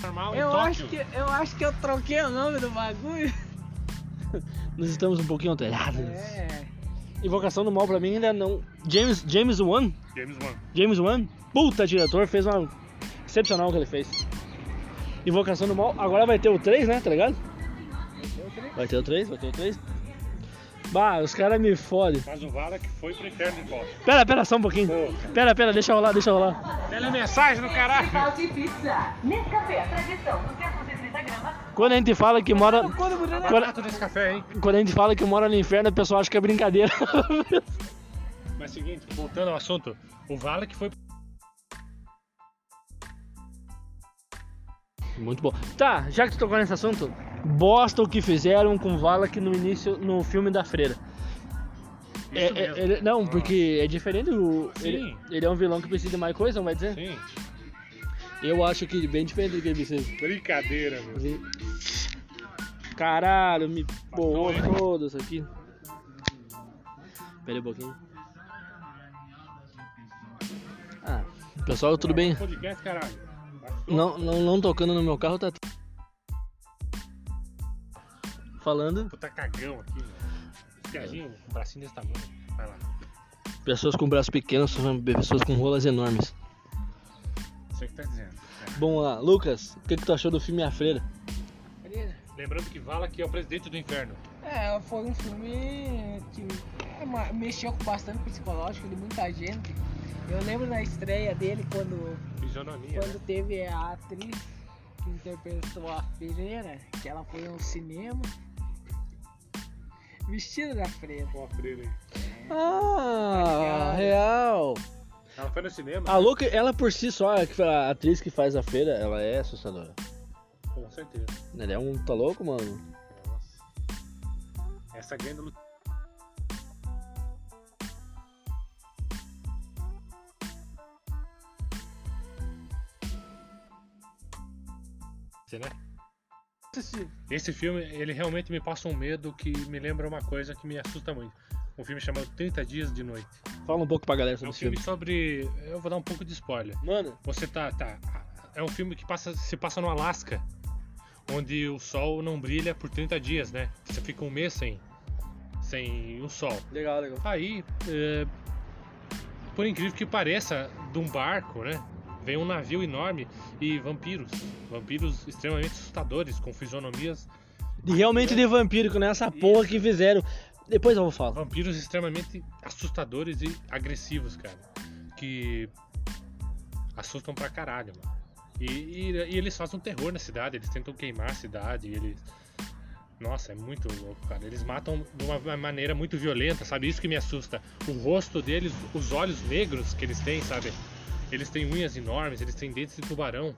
S3: Normal, um em
S2: eu,
S3: Tóquio.
S2: acho que, eu acho que eu troquei o nome do bagulho.
S1: Nós estamos um pouquinho alterados.
S2: É.
S1: Invocação do Mal pra mim ainda não. James, James Wan?
S3: James Wan.
S1: James Wan, puta diretor, fez uma excepcional o que ele fez. Invocação do Mal, agora vai ter o 3, né? Tá ligado? Vai ter o 3, vai ter o 3. Bah, os caras me fodem.
S3: Mas o Vara um que foi pro inferno de volta.
S1: Pera, pera, só um pouquinho. Pera, pera, deixa eu rolar, deixa eu rolar.
S3: Telemensagem do caralho!
S5: Nescafé, tradição, 230 gramas.
S1: Quando a gente fala que mora. Quando,
S3: Barato desse café, hein?
S1: quando a gente fala que mora no inferno, o pessoal acha que é brincadeira.
S3: Mas seguinte, voltando ao assunto, o Vara que foi pro
S1: Muito bom. Tá, já que tu tocou nesse assunto, bosta o que fizeram com o Valak no início, no filme da freira. É, é,
S3: mesmo.
S1: ele- não,
S3: Ah.
S1: porque é diferente o.
S3: Sim.
S1: Ele, ele é um vilão que precisa de mais coisa, não vai dizer?
S3: Sim.
S1: Eu acho que bem diferente do que ele precisa.
S3: Brincadeira, meu.
S1: Caralho, me borrou
S3: ele.
S1: todo isso aqui. Pera aí um pouquinho. Ah, pessoal, tudo bem?
S3: Podcast, caralho.
S1: Não, não, não tocando no meu carro, tá. Falando,
S3: Puta cagão aqui, meu.
S1: É.
S3: Piadinho, um bracinho desse tamanho. Vai lá.
S1: pessoas com braços pequenos são pessoas com rolas enormes.
S3: Você que tá dizendo.
S1: Bom, ah, Lucas, o que, que tu achou do filme A Freira?
S3: Lembrando que Vala que é o presidente do inferno.
S2: É, foi um filme que é, ma- mexeu com bastante psicológico de muita gente. Eu lembro na estreia dele quando,
S3: Fisionomia. né?
S2: quando teve a atriz que interpretou a freira, que ela foi ao cinema. Vestida da freira.
S3: Ó, a freira aí.
S1: Ah, real!
S3: Ela foi no cinema?
S1: A Luca, ela por si só, a que- a atriz que faz a feira, ela é assustadora.
S3: Com certeza.
S1: Ele é um. Tá louco, mano?
S3: Nossa. Essa ganha do Você, né? Esse filme, ele realmente me passa um medo que me lembra uma coisa que me assusta muito. Um filme chamado 30 Dias de Noite.
S1: Fala um pouco pra galera
S3: É
S1: sobre
S3: um
S1: o filme.
S3: filme sobre. Eu vou dar um pouco de spoiler.
S1: Mano,
S3: Você tá, tá. É um filme que passa, se passa no Alasca, onde o sol não brilha por 30 dias, né? Você fica um mês sem, sem o sol. Tá
S1: legal, legal.
S3: Aí, é, por incrível que pareça, de um barco, né? Vem um navio enorme e vampiros. Vampiros extremamente assustadores, com fisionomias.
S1: Realmente de vampírico, né? Essa porra que fizeram. Depois eu vou falar.
S3: Vampiros extremamente assustadores e agressivos, cara. Que assustam pra caralho, mano. E, e- e eles fazem um terror na cidade, eles tentam queimar a cidade, eles. Nossa, é muito louco, cara. Eles matam de uma ma- maneira muito violenta, sabe? Isso que me assusta. O rosto deles, os olhos negros que eles têm, sabe? Eles têm unhas enormes, eles têm dentes de tubarão.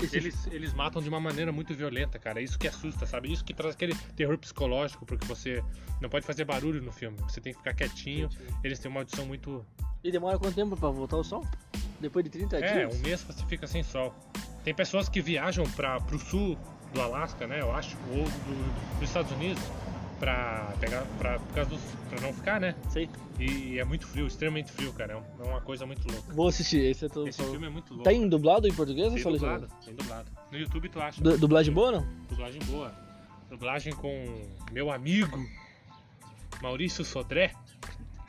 S1: Esse-
S3: Eles, eles matam de uma maneira muito violenta, cara. É Isso que assusta, sabe? Isso que traz aquele terror psicológico, porque você não pode fazer barulho no filme. Você tem que ficar quietinho. Eles têm uma audição muito.
S1: E demora quanto tempo pra voltar o sol? Depois de 30
S3: É,
S1: dias?
S3: um mês você fica sem sol. Tem pessoas que viajam para pro sul do Alasca, né? Eu acho, ou do- dos Estados Unidos, pra pegar. Pra, por causa dos, pra não ficar, né?
S1: Sei.
S3: E é muito frio, extremamente frio, cara. É um- é uma coisa muito louca.
S1: Vou assistir, esse eu tô
S3: Esse
S1: falando.
S3: filme é muito louco.
S1: Então, Tem um dublado em português ou
S3: Tem
S1: só
S3: dublado,
S1: legendado?
S3: tem dublado. No YouTube tu acha.
S1: Du- Dublagem boa, não?
S3: Dublagem boa. Dublagem com meu amigo Maurício Sodré.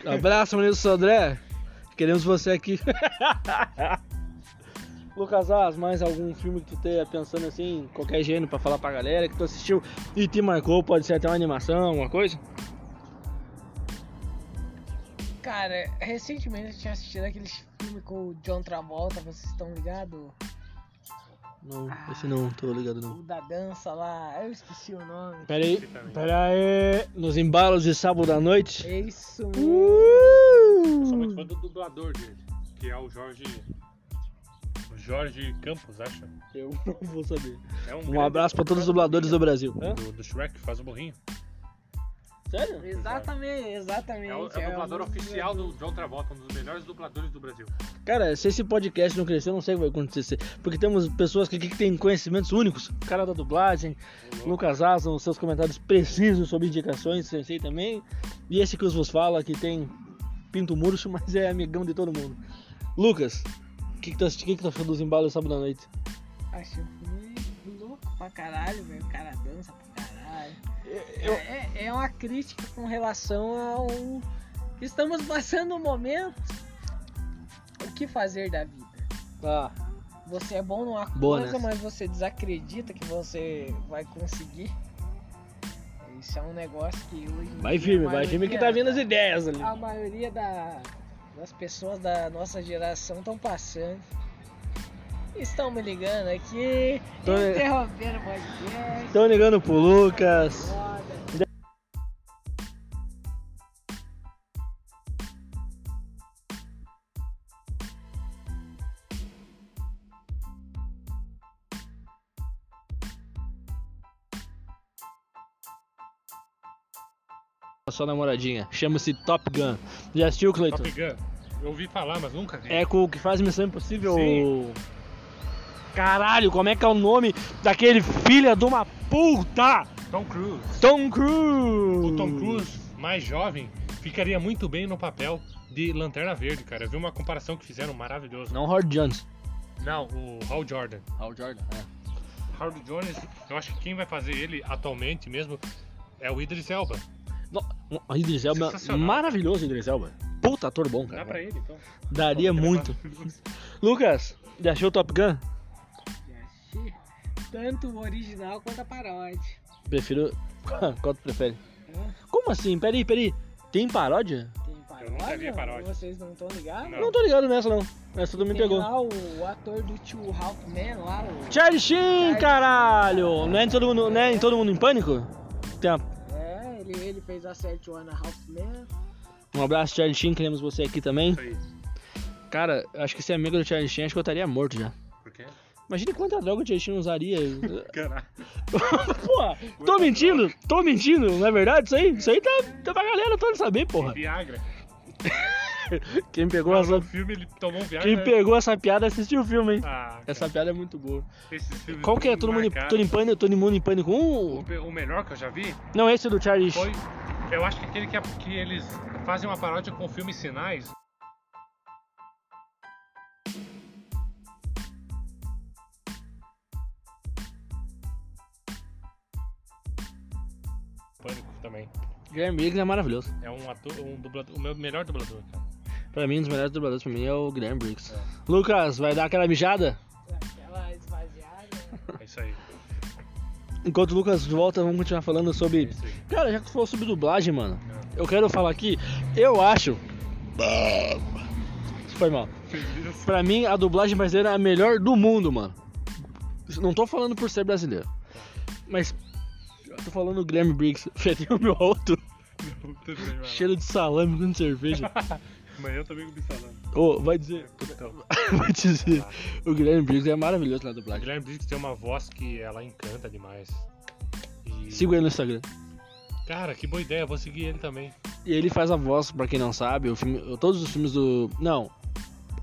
S1: Abraço, menino Sodré. Queremos você aqui. Lucas As, mais algum filme que tu tenha pensando assim, qualquer gênero pra falar pra galera que tu assistiu e te marcou, pode ser até uma animação, alguma coisa?
S2: Cara, recentemente eu tinha assistido aquele filme com o John Travolta, vocês estão ligados?
S1: Não, esse não, tô ligado não.
S2: O da dança lá, eu esqueci o nome.
S1: Pera aí, pera aí. Nos embalos de sábado à noite. Uh!
S2: É isso.
S3: Eu sou
S1: Hum.
S3: muito fã do dublador dele, que é o Jorge. o Jorge Campos, acho.
S1: Eu não vou saber.
S3: É
S1: Um abraço pra todos os dubladores do Brasil. Hã?
S3: Do, do Shrek, faz o burrinho.
S1: Sério?
S2: Exatamente, exatamente.
S3: É o, é o dublador
S2: um-
S3: oficial do John Travolta, um dos melhores dubladores do Brasil.
S1: Cara, se esse podcast não crescer, eu não sei o que vai acontecer. Porque temos pessoas que, que têm conhecimentos únicos. O cara da dublagem, Lucas Aslan, os seus comentários precisos sobre indicações, sensei também. E esse que os vos fala, que tem pinto murcho, mas é amigão de todo mundo. Lucas, o que, que tu assisti- que, que tu achou dos embalos sábado à noite?
S2: Achei um filme louco pra caralho, velho. O cara dança pra caralho. É, é- é uma crítica com relação ao. Estamos passando um momento. O que fazer da vida?
S1: Ah,
S2: Você é bom numa
S1: Boa
S2: coisa,
S1: nessa.
S2: mas você desacredita que você vai conseguir. Isso é um negócio que hoje. em
S1: vai
S2: dia,
S1: firme,
S2: a
S1: vai firme que tá
S2: maioria-
S1: vindo as ideias ali.
S2: A maioria da- das pessoas da nossa geração estão passando. Estão me ligando aqui,
S1: Tô-
S2: interrompendo o podcast.
S1: Estão ligando pro Lucas.
S2: Foda.
S1: A sua namoradinha. Chama-se Top Gun. Já assistiu, Cleiton?
S3: Top Gun. Eu ouvi falar, mas nunca vi.
S1: É com o que faz Missão Impossível.
S3: Sim.
S1: Caralho, como é que é o nome daquele filho de uma puta?
S3: Tom Cruise.
S1: Tom Cruise.
S3: O Tom Cruise, mais jovem, ficaria muito bem no papel de Lanterna Verde, cara. Eu vi uma comparação que fizeram maravilhosa.
S1: Não Howard Jones.
S3: Não, Ah, o Hal Jordan.
S1: Howard Jordan, é.
S3: Hal Jones, eu acho que quem vai fazer ele atualmente mesmo é o Idris Elba.
S1: No, o Idris Elba, é
S3: Sensacional.
S1: maravilhoso Idris Elba. Puta ator bom, cara.
S3: Dá pra ele, então.
S1: Daria muito. Lucas, já achou o Top Gun?
S2: Assisti Tanto o original quanto a paródia.
S1: Prefiro... Qual tu prefere?
S2: Hã?
S3: É.
S1: Como assim? Peraí, peraí. Tem paródia?
S2: Tem paródia?
S3: nunca vi paródia.
S2: Vocês não estão ligados?
S3: Não.
S1: Não tô ligado nessa, não. Essa tu me
S2: Tem
S1: pegou.
S2: lá o ator do tio Hawkman lá, o...
S1: Charlie Sheen, caralho! Não é, em todo mundo, não é em Todo Mundo em Pânico? Tá. Tem uma
S2: É, ele, ele fez a série Tijuana Hawkman.
S1: Um abraço, Charlie Sheen, queremos você aqui também.
S3: Isso aí.
S1: Cara, acho que se é amigo do Charlie Sheen, acho que eu estaria morto já.
S3: Por quê?
S1: Imagina quanta droga o Charlie Sheen usaria.
S3: Caralho.
S1: porra, tô mentindo, tô mentindo, não é verdade isso aí? Isso aí tá, tá pra galera toda saber, porra.
S3: Viagra.
S1: Quem pegou,
S3: Nossa. No
S1: essa,
S3: filme ele tomou um Viagra.
S1: quem pegou essa piada assistiu o filme, hein?
S3: Ah,
S1: Essa piada é muito boa.
S3: esses filmes
S1: Qual que é? Todo mundo, em-
S3: marcaram.
S1: todo, em pânico, todo mundo em pânico
S3: O,
S1: 1?
S3: pe- o melhor que eu já vi
S1: Não, esse é do Charlie
S3: foi.
S1: Sheen.
S3: Eu acho que aquele que, a- que eles fazem uma paródia com o filme Sinais. Pânico também.
S1: Guilherme Briggs é maravilhoso.
S3: É um ator, um dublador, o meu melhor dublador, cara.
S1: Pra mim, um dos melhores dubladores pra mim é o Guilherme Briggs. Lucas, vai dar aquela mijada?
S2: Aquela esvaziada. né?
S3: É isso aí.
S1: Enquanto o Lucas volta, vamos continuar falando sobre.
S3: É isso aí.
S1: Cara, já que tu falou sobre dublagem, mano, eu quero falar aqui. Eu acho. Isso Foi mal. Pra mim, a dublagem brasileira é a melhor do mundo, mano. Isso- Não tô falando por ser brasileiro. Mas. eu Tô falando o Guilherme Briggs. Fetei o meu alto.
S3: Tudo bem, vai lá.
S1: Cheiro de salame com cerveja.
S3: Amanhã eu também vou me falando.
S1: Ô, vai dizer.
S3: Então,
S1: Vai dizer. O Guilherme Briggs é maravilhoso na
S3: a
S1: dublagem.
S3: Guilherme Briggs tem uma voz que ela encanta demais. E-
S1: Sigo ele no Instagram.
S3: Cara, que boa ideia, vou seguir ele também.
S1: E ele faz a voz, pra quem não sabe, o filme- todos os filmes do. Não.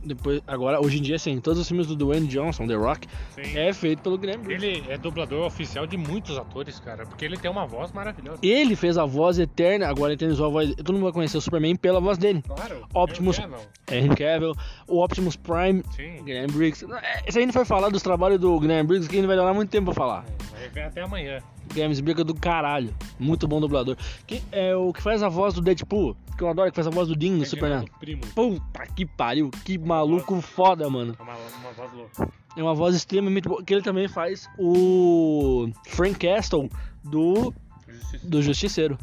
S1: Depois, agora, hoje em dia, sim, todos os filmes do Dwayne Johnson, The Rock,
S3: Sim.
S1: é feito pelo Guilherme Briggs.
S3: Ele é dublador oficial de muitos atores, cara, porque ele tem uma voz maravilhosa.
S1: Ele fez a voz eterna, agora eternizou a voz. Todo mundo vai conhecer o Superman pela voz dele.
S3: Claro.
S1: Optimus-
S3: É, não.
S1: Henry Cavill, o Optimus Prime,
S3: Sim.
S1: Guilherme Briggs. É, Se a gente for falar dos trabalhos do Guilherme Briggs, que a gente vai demorar muito tempo pra falar.
S3: Vai ver até amanhã.
S1: Guilherme Briggs é do caralho. Muito bom dublador. Que é o que faz a voz do Deadpool, que eu adoro, que faz a voz do Dean do
S3: É
S1: Superman.
S3: Geraldo Primo.
S1: Puta que pariu, que maluco foda, mano.
S3: É Uma, uma voz louca.
S1: É uma voz extremamente boa. Que ele também faz o Frank Castle do,
S3: Justiça.
S1: do Justiceiro.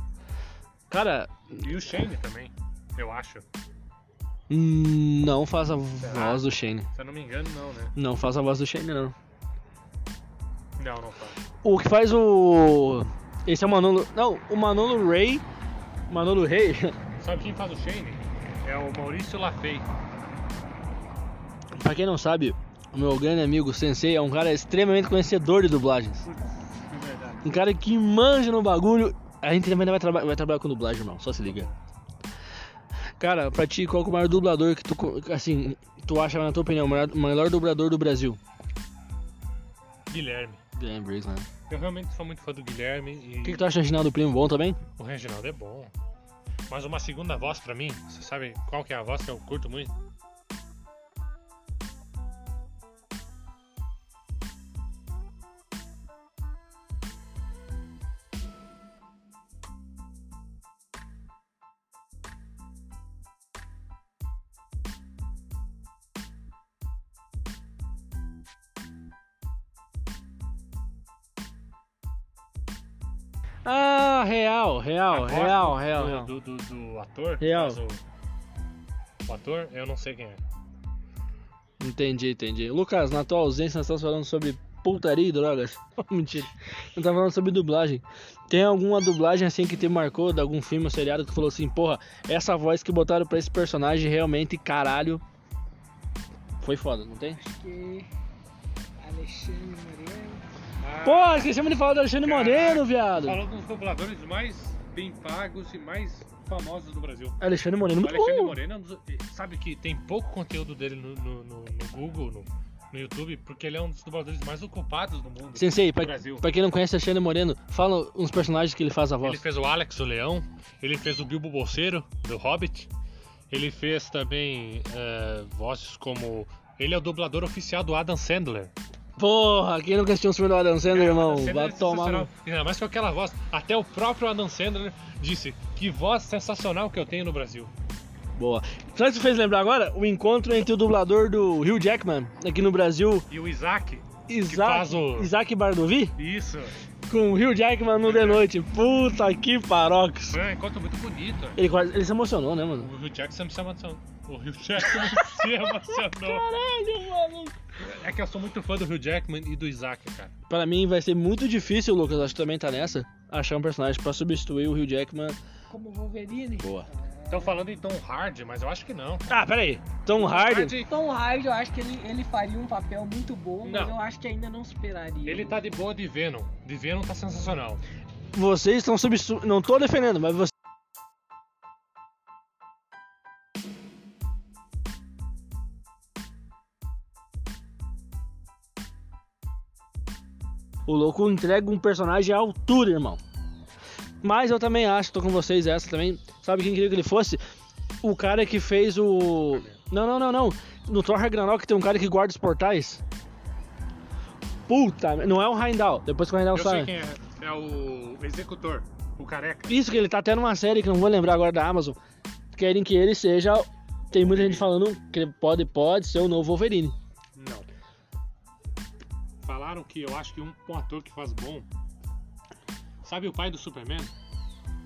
S1: Cara,
S3: E o Shane também, eu acho. Se
S1: hum, não faz a voz do Shane.
S3: eu não me engano, não, né?
S1: Não faz a voz do Shane, não.
S3: Não, não faz.
S1: O que faz o. Esse é o Manolo. Não, o Manolo Ray. Manolo Rey?
S3: Sabe quem faz o Shane? É o Maurício Lafay.
S1: pra quem não sabe, o meu grande amigo Sensei é um cara extremamente conhecedor de dublagens.
S3: É verdade.
S1: Um cara que manja no bagulho. A gente também vai, traba vai trabalhar com dublagem, irmão. Só se liga. Cara, pra ti, qual que é o maior dublador que tu, co- assim, tu acha, na tua opinião, o maior, o melhor dublador do Brasil?
S3: Guilherme.
S1: Guilherme Briggs, né?
S3: Eu realmente sou muito fã do Guilherme e
S1: O que, tá- que tu acha do Reginaldo Primo? Bom também?
S3: o Reginaldo é bom. Mas uma segunda voz pra mim, você sabe qual que é a voz que eu curto muito?
S1: Ah, real, real,
S3: A voz
S1: real,
S3: do-
S1: real,
S3: do,
S1: real.
S3: Do, do- do ator? que
S1: Real.
S3: faz O, o ator, eu não sei quem é.
S1: Entendi, entendi. Lucas, na tua ausência, nós estamos falando sobre putaria e drogas. Oh, Mentira. Não tá falando sobre dublagem. Tem alguma dublagem assim que te marcou de algum filme ou seriado que tu falou assim, porra, essa voz que botaram pra esse personagem realmente, caralho. Foi foda, não tem?
S2: Que Alexandre Moreno.
S1: Porra, esquecemos de falar do Alexandre Moreno, viado.
S3: Falou Ah, dos dubladores mais bem pagos e mais famosos do Brasil.
S1: Alexandre Moreno, Uh!
S3: O
S1: muito
S3: Alexandre
S1: bom.
S3: Moreno, é um dos- sabe que tem pouco conteúdo dele no, no- no- no Google, no, no YouTube, porque ele é um dos dubladores mais ocupados do mundo.
S1: Sensei, pra,
S3: do Brasil.
S1: pra quem não conhece Alexandre Moreno, fala uns personagens que ele faz a
S3: Ele
S1: voz.
S3: fez o Alex, o Leão, ele fez o Bilbo Bolseiro, do Hobbit, ele fez também eh, vozes como... Ele é o dublador oficial do Adam Sandler.
S1: Porra, quem nunca assistiu um filme do Adam Sandler, irmão?
S3: Adam Sandler
S1: Vai
S3: é
S1: tomar no
S3: sensacional. Ainda mais com aquela voz. Até o próprio Adam Sandler disse que voz sensacional que eu tenho no Brasil.
S1: Boa. Sabe o que tu fez lembrar agora? O encontro entre o dublador do Hugh Jackman, aqui no Brasil,
S3: E o Isaac, faz
S1: Isaac,
S3: o-
S1: Isaac Bardovi,
S3: isso,
S1: com o Hugh Jackman no The Noite. Puta que parox.
S3: foi um encontro muito bonito.
S1: Ele, quase, ele se emocionou, né, mano?
S3: O Hugh Jackson se emocionou. O Hugh Jackman se emocionou.
S1: Caralho, mano.
S3: É que eu sou muito fã do Hugh Jackman e do Isaac, cara.
S1: Pra mim vai ser muito difícil, Lucas, acho que também tá nessa, achar um personagem pra substituir o Hugh Jackman.
S2: Como Wolverine. É.
S1: Boa.
S3: Estão falando em Tom Hardy, mas eu acho que não.
S1: Ah, peraí. Tom Hardy.
S2: Tom Hardy, eu acho que ele, ele faria um papel muito bom, mas
S3: Não.
S2: eu acho que ainda não superaria.
S3: Ele tá de boa de Venom. De Venom tá sensacional.
S1: Vocês estão substituindo. Não tô defendendo, mas vocês. O louco entrega um personagem à altura, irmão. Mas eu também acho, tô com vocês essa também. Sabe quem queria que ele fosse? O cara que fez o. Não, não, não, não. No Thor Ragnarok tem um cara que guarda os portais. Puta, não é o Heimdall. Depois que o Heimdall
S3: eu
S1: sai.
S3: sei quem é. É o executor, o careca.
S1: Isso que ele tá até numa série que eu não vou lembrar agora da Amazon. Querem que ele seja. Tem muita gente falando que ele pode, pode ser o novo Wolverine.
S3: Não. Falaram que eu acho que um, um ator que faz bom. Sabe o pai do Superman?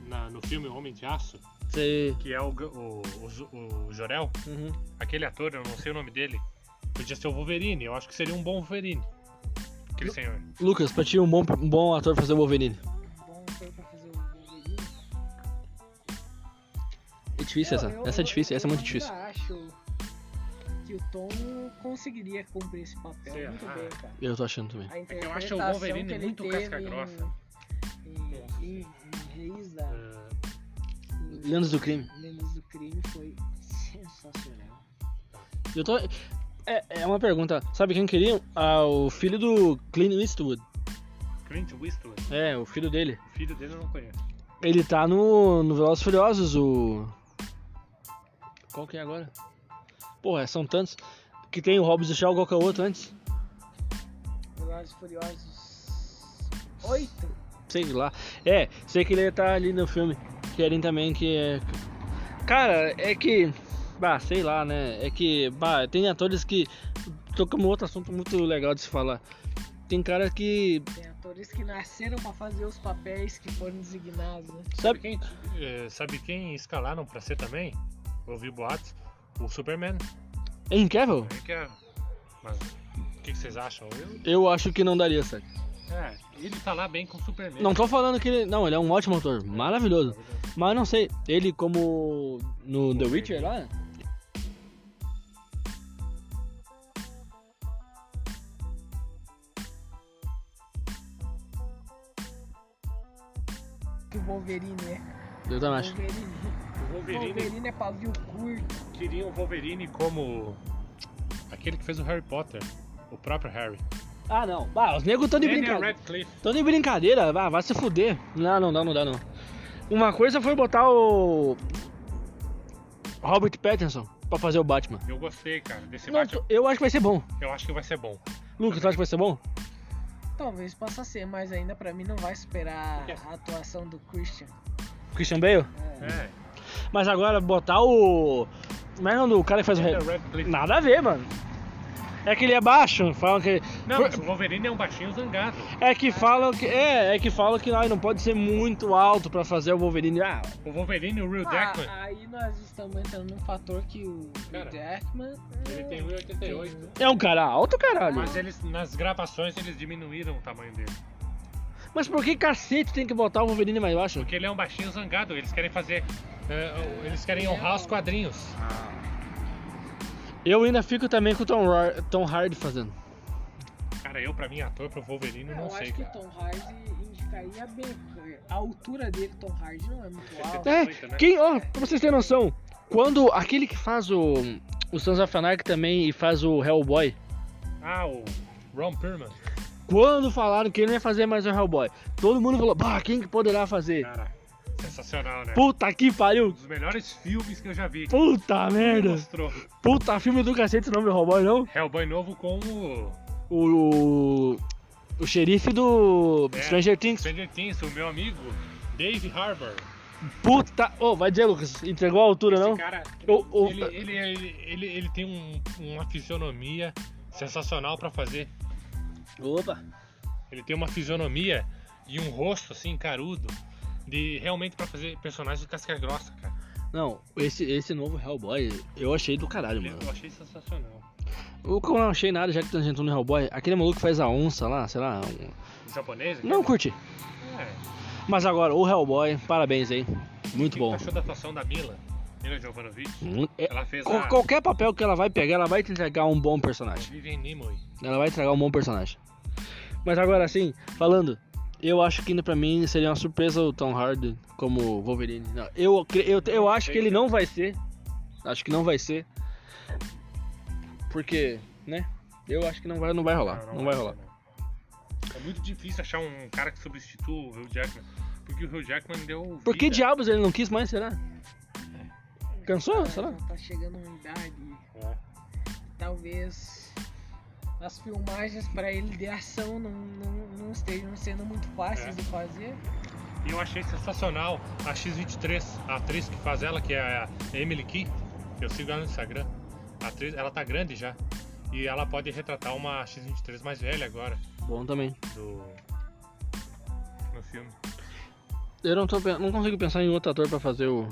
S3: Na- no filme Homem de Aço?
S1: Sei.
S3: Que é o, Ga- o, o, o Jorel?
S1: Uhum.
S3: aquele ator, eu não sei o nome dele, podia ser o Wolverine. Eu acho que seria um bom Wolverine. Aquele senhor.
S1: Lucas, pra ti um bom, um bom ator pra fazer o Wolverine.
S2: Um Bom, foi pra fazer o Wolverine.
S1: É difícil essa.
S2: Eu- eu-
S1: essa é difícil,
S2: eu-
S1: essa é muito
S2: eu
S1: difícil.
S2: ainda acho que o Tom conseguiria cumprir esse papel
S3: Será?
S2: muito bem, cara.
S1: Eu tô achando também.
S2: A
S3: ah. É que eu acho o
S2: interpretação
S3: Wolverine
S2: que ele
S3: muito
S2: teve
S3: casca-grossa.
S2: Em, em, em, em Reis da
S3: É,
S2: em
S1: Leandros do Crime.
S2: Lemos do Crime foi sensacional.
S1: Eu tô. É, é uma pergunta. Sabe quem queria? Ah, o filho do Clint Eastwood.
S3: Clint Eastwood.
S1: É, o filho dele.
S3: O filho dele eu não conheço.
S1: Ele tá no, no Velozes e Furiosos, o... Qual que é agora? Porra, são tantos. Que tem o Hobbs e Shaw, qual que é o outro antes?
S2: Velozes e Furiosos 8.
S1: Sei lá. É, sei que ele tá ali no filme. Querem também que é... Cara, é que... Bah, sei lá, né? É que... Bah, tem atores que... Tô com um outro assunto muito legal de se falar. Tem cara que...
S2: Tem atores que nasceram pra fazer os papéis que foram designados, né?
S1: Sabe...
S3: Quem, eh, sabe quem escalaram pra ser também? Ouvi boatos. O Superman.
S1: É Henry Cavill?
S3: Também quero. Mas o que, que vocês acham? Eu,
S1: Eu acho que não daria, sabe?
S3: É, ele tá lá bem com o Superman.
S1: Não tô falando que ele. Não, ele é um ótimo ator, maravilhoso. Mas não sei, ele como. No The Witcher lá?
S2: Que o Wolverine é.
S1: Eu também acho.
S2: Wolverine.
S3: O Wolverine,
S2: Wolverine é pavio curto.
S3: queria o Wolverine como aquele que fez o Harry Potter. O próprio Harry.
S1: Ah, não. Bah, os negros tão de
S3: Daniel
S1: brincadeira.
S3: Radcliffe.
S1: Tão de brincadeira. Ah, vai se fuder. Não, não dá, não dá, não. Uma coisa foi botar o. Robert Pattinson pra fazer o Batman.
S3: Eu gostei, cara, desse
S1: Não,
S3: Batman.
S1: eu acho que vai ser bom.
S3: Eu acho que vai ser bom.
S1: Lucas, tu acha que vai ser bom?
S2: Talvez possa ser, mas ainda pra mim não vai superar a atuação do Christian.
S1: Christian Bale?
S3: É.
S1: Mas agora botar o. Como é o nome do cara que faz o.
S3: Daniel
S1: Re-
S3: Radcliffe.
S1: Nada a ver, mano. É que ele é baixo, falam que.
S3: Não, mas o Wolverine é um baixinho zangado.
S1: É que falam que. É, é que falam que ai, não pode ser muito alto pra fazer o Wolverine. Ah,
S3: O Wolverine e o Real Jackman,
S2: Ah, aí nós estamos entrando num fator que o
S3: Cara,
S2: Jackman.
S3: ele tem 1,88.
S1: é um cara alto, caralho.
S3: Mas eles, nas gravações eles diminuíram o tamanho dele. é-
S1: Mas por que cacete tem que botar o Wolverine mais baixo?
S3: Porque ele é um baixinho zangado. Eles querem fazer. eh, eles querem
S1: é
S3: honrar os quadrinhos.
S1: Eu ainda fico também com o Tom, Ra- Tom Hardy fazendo.
S3: Cara, eu, pra mim, ator pro Wolverine,
S2: Eu
S3: não sei,
S2: acho que o
S3: cara.
S2: Tom Hardy indicaria bem. porque A altura dele, Tom Hardy, não é muito alta.
S1: É,
S3: Muito, né?
S1: quem, ó, pra vocês terem noção, quando aquele que faz o. O Sons of Anarchy também e faz o Hellboy.
S3: Ah, o Ron Perlman.
S1: Quando falaram que ele não ia fazer mais o Hellboy, todo mundo falou, bah, quem que poderá fazer?
S3: Cara, sensacional, né?
S1: Puta que pariu!
S3: Um dos melhores filmes que eu já vi.
S1: Puta merda!
S3: Mostrou
S1: Puta filme do cacete esse nome do Hellboy, não?
S3: Hellboy novo com o
S1: O. O xerife do
S3: É.
S1: Stranger Things.
S3: Stranger Things, o meu amigo Dave Harbour.
S1: Puta. Ô, vai dizer, Lucas, entregou a altura,
S3: Esse
S1: não?
S3: cara,
S1: O- o-
S3: Ele, ele, ele, ele, ele tem um- uma fisionomia sensacional pra fazer.
S1: Opa!
S3: Ele tem uma fisionomia e um rosto, assim, carudo, de realmente pra fazer personagem de casca grossa, cara.
S1: Não, esse, esse novo Hellboy eu achei do caralho, mano.
S3: Eu achei sensacional.
S1: O que eu não achei nada, já que tangentou no Hellboy, aquele maluco que faz a onça lá, sei lá. um-
S3: Em japonês? né?
S1: Não curti.
S3: É.
S1: Mas agora, o Hellboy, parabéns aí.
S3: O
S1: Muito
S3: que
S1: bom.
S3: tu achou da atuação da Mila? Mila Jovanovic?
S1: Hum, é-
S3: Ela fez
S1: qual-
S3: a
S1: qualquer papel que ela vai pegar, ela vai te entregar um bom personagem.
S3: Vivian Nimoy.
S1: Ela vai entregar um bom personagem. Mas agora sim, falando, eu acho que ainda pra mim seria uma surpresa o Tom Hardy como Wolverine. Não, eu, cre- eu, eu acho que ele não vai ser. Acho que não vai ser. Porque, né? Eu acho que não vai, não vai rolar. Não vai rolar.
S3: É muito difícil achar um cara que substitua o Hugh Jackman. Porque o Hugh Jackman deu. Vida.
S1: Por que diabos ele não quis mais, será? Cansou,
S2: Ela
S1: será?
S2: já tá chegando uma idade.
S3: É.
S2: Talvez as filmagens pra ele de ação não, não, não estejam sendo muito fáceis
S3: É.
S2: de fazer.
S3: E eu achei sensacional a X23, a atriz que faz ela, que é a Emily Key. Eu sigo ela no Instagram. A atriz, ela tá grande já. E ela pode retratar uma X23 mais velha agora
S1: Bom também.
S3: do. no filme.
S1: Eu não, tô, pen- não consigo pensar em outro ator pra fazer o.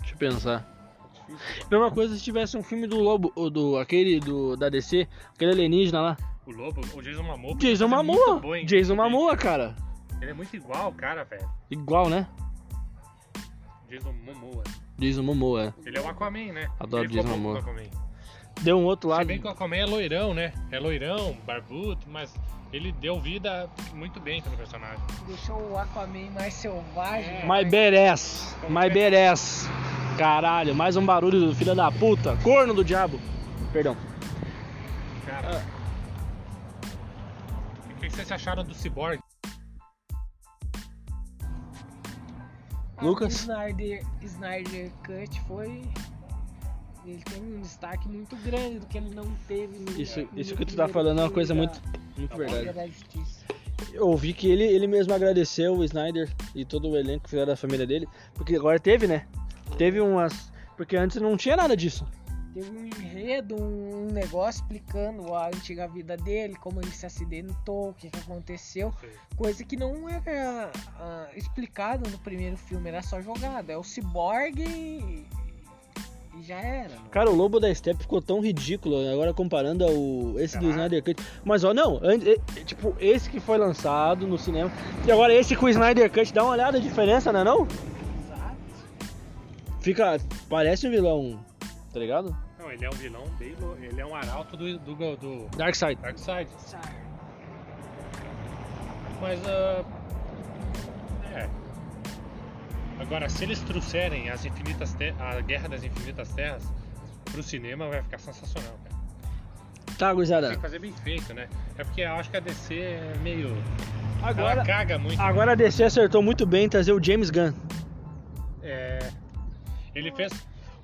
S1: Deixa eu pensar. Mesma coisa se tivesse um filme do Lobo, ou do aquele do da DC, aquele alienígena lá.
S3: O Lobo, o Jason Momoa. podia
S1: Jason
S3: fazer
S1: Momoa!
S3: muito bom, hein?
S1: Jason
S3: Ele-
S1: Momoa, cara.
S3: Ele é muito igual, cara, velho.
S1: Igual, né?
S3: Jason Momoa.
S1: Jason Momoa, é.
S3: Ele é o Aquaman, né?
S1: Adoro
S3: Ele ficou
S1: Jason
S3: bom com o
S1: Momoa.
S3: Aquaman.
S1: Deu um outro
S3: Se
S1: lado.
S3: bem que o Aquaman é loirão, né? É loirão, barbudo, mas ele deu vida muito bem pelo personagem.
S2: Deixou o Aquaman mais selvagem.
S1: My badass. My badass. Caralho, mais um barulho do filho da puta. Corno do diabo. Perdão.
S3: Cara. E O que vocês acharam do Cyborg?
S2: Ah,
S1: Lucas?
S2: O Snyder, Snyder Cut foi. Ele tem um destaque muito grande do que ele não teve no.
S1: Isso,
S2: no
S1: isso que tu tá
S2: primeiro
S1: falando é uma
S2: filme
S1: coisa
S2: da-
S1: muito, muito
S2: da Liga
S1: verdade.
S2: da Justiça.
S1: Eu ouvi que ele, ele mesmo agradeceu o Snyder e todo o elenco que fizeram da família dele, porque agora teve, né? Teve umas. Porque antes não tinha nada disso.
S2: Teve um enredo, um negócio explicando a antiga vida dele, como ele se acidentou, o que, que aconteceu. Coisa que não era ah, explicada no primeiro filme, era só jogada. É o ciborgue e, e já era. né?
S1: Cara, o Lobo da Steppe ficou tão ridículo, agora comparando ao esse do
S3: Caralho.
S1: Snyder Cut. Mas ó, não, an- e- tipo, esse que foi lançado no cinema. E agora esse com o Snyder Cut, dá uma olhada a diferença, né não?
S2: Exato.
S1: Fica. Parece um vilão. Tá ligado?
S3: Não, ele é um vilão bem lou- Ele é um arauto do, do, do
S1: Darkseid.
S3: Darkseid.
S2: Sabe?
S3: Mas, ah, é. Agora, se eles trouxerem as infinitas Te- a Guerra das Infinitas Terras pro cinema, vai ficar sensacional, cara.
S1: Tá,
S3: Tem
S1: gurizada.
S3: que fazer bem feito, né? É porque eu acho que a DC é meio.
S1: Agora,
S3: Ela caga muito.
S1: agora a DC acertou muito bem em trazer o James Gunn.
S3: É, Ele fez.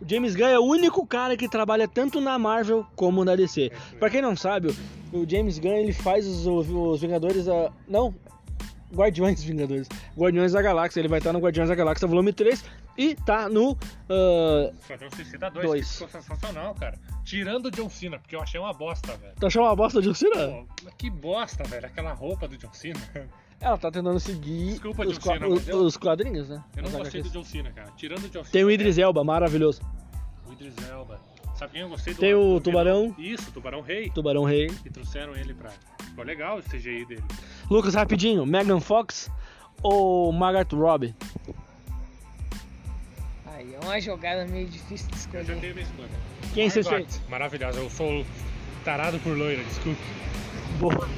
S1: O James Gunn é o único cara que trabalha tanto na Marvel como na DC. Pra quem não sabe, o- o James Gunn ele faz os, os Vingadores da. Não! Guardiões dos Vingadores. Guardiões da Galáxia. Ele vai estar no Guardiões da Galáxia volume 3 e tá no. ah,
S3: Esquadrão um Suicida 2,
S1: Dois.
S3: que ficou sensacional, cara. Tirando o John Cena, porque eu achei uma bosta, velho.
S1: tá achando uma bosta de Cena?
S3: Pô, mas que bosta, velho. Aquela roupa do John Cena.
S1: Ela tá tentando seguir
S3: Desculpa,
S1: os,
S3: John Cena,
S1: qua-
S3: mas eu-
S1: os quadrinhos, né?
S3: Eu não
S1: As
S3: gostei do
S1: HQs.
S3: John Cena, cara. Tirando o John Cena.
S1: Tem o Idris Elba, maravilhoso.
S3: O Idris Elba. Sabe quem eu gostei do
S1: Tem o
S3: do
S1: Tubarão.
S3: vilão? Isso, o Tubarão Rei.
S1: Tubarão Rei.
S3: E trouxeram ele pra. Ficou legal o CGI dele.
S1: Lucas, rapidinho. Megan Fox ou Margaret Robbie?
S2: Aí é uma jogada meio difícil de
S3: Eu já
S2: escolher.
S3: tenho minha escolha.
S1: Quem é você
S3: Margot,
S1: fez?
S3: Maravilhosa. Eu sou tarado por loira, desculpe.
S1: Boa.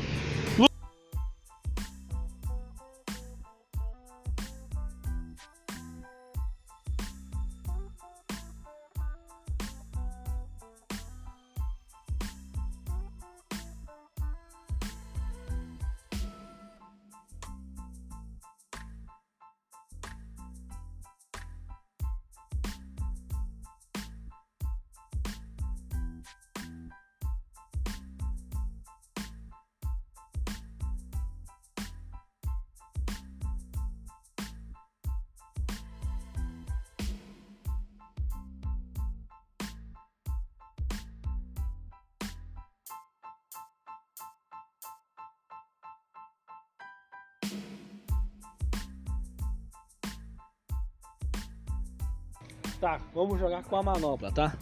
S1: Tá, vamos jogar com a manopla, tá?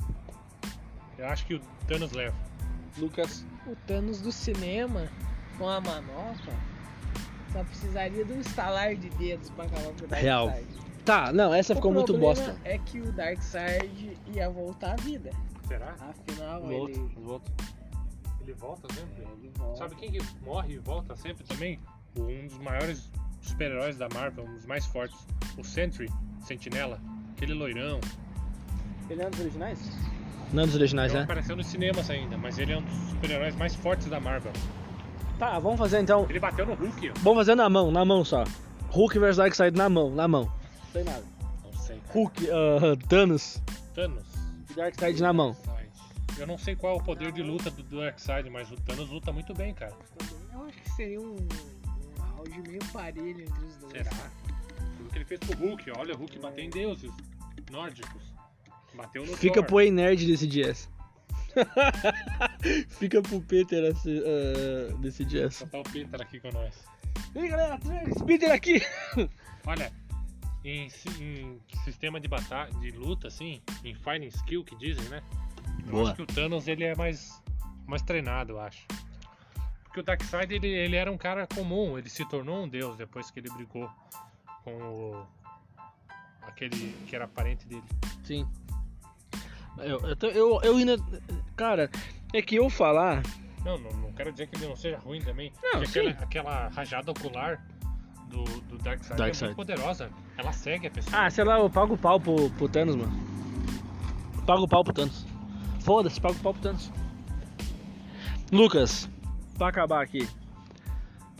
S3: Eu acho que o Thanos leva.
S1: Lucas.
S2: O Thanos do cinema com a manopla só precisaria de um estalar de dedos pra acabar com o Darkseid.
S1: Real. Tá, não, essa ficou
S2: o
S1: muito
S2: problema
S1: bosta.
S2: É que o Darkseid ia voltar à vida.
S3: Será?
S2: Ah. Afinal,
S1: Volta,
S2: ele.
S1: volta.
S3: Ele volta sempre?
S2: ele volta.
S3: Sabe quem que morre e volta sempre também? Um dos maiores super-heróis da Marvel, um dos mais fortes. O Sentry, Sentinela. Aquele loirão.
S1: Ele é um dos originais? Não é dos originais,
S3: não
S1: né?
S3: apareceu nos cinemas ainda, mas ele é um dos super-heróis mais fortes da Marvel.
S1: Tá, vamos fazer então.
S3: Ele bateu no Hulk, ó.
S1: Vamos fazer na mão, na mão só. Hulk vs Darkseid na mão, na mão. Sem nada.
S3: Não sei, cara.
S1: Hulk, ah, Thanos
S3: Thanos.
S1: e Darkseid na mão.
S3: Eu não sei qual é o poder de luta do Darkseid, mas o Thanos luta muito bem, cara.
S2: Também eu acho que seria um, um round meio parelho entre os dois.
S3: Será? Tudo que ele fez com o Hulk, ó. olha o Hulk bateu em deuses nórdicos. Bateu no
S1: Fica
S3: Thor.
S1: pro E-Nerd decidir essa. Fica pro Peter assi- ah, decidir essa.
S3: Só tá o Peter aqui com nós.
S1: E aí, galera, Travis, Peter aqui!
S3: Olha, em, si- em sistema de batalha, de luta, assim, em fighting skill que dizem, né? Eu
S1: Boa.
S3: acho que o Thanos ele é mais, mais treinado, eu acho. Porque o Darkseid ele, ele era um cara comum, ele se tornou um deus depois que ele brigou com o. aquele que era parente dele.
S1: Sim. Eu, eu, tô- eu, eu ainda. Cara, é que eu falar.
S3: Não, não, não quero dizer que ele não seja ruim também.
S1: Não,
S3: porque
S1: sim.
S3: aquela, aquela rajada ocular do, do Darkseid é
S1: Darkseid.
S3: muito poderosa. Ela segue a pessoa.
S1: Ah, sei lá, eu pago o pau pro, pro Thanos, mano. Pago o pau pro Thanos. Foda-se, pago o pau pro Thanos. Lucas, pra acabar aqui.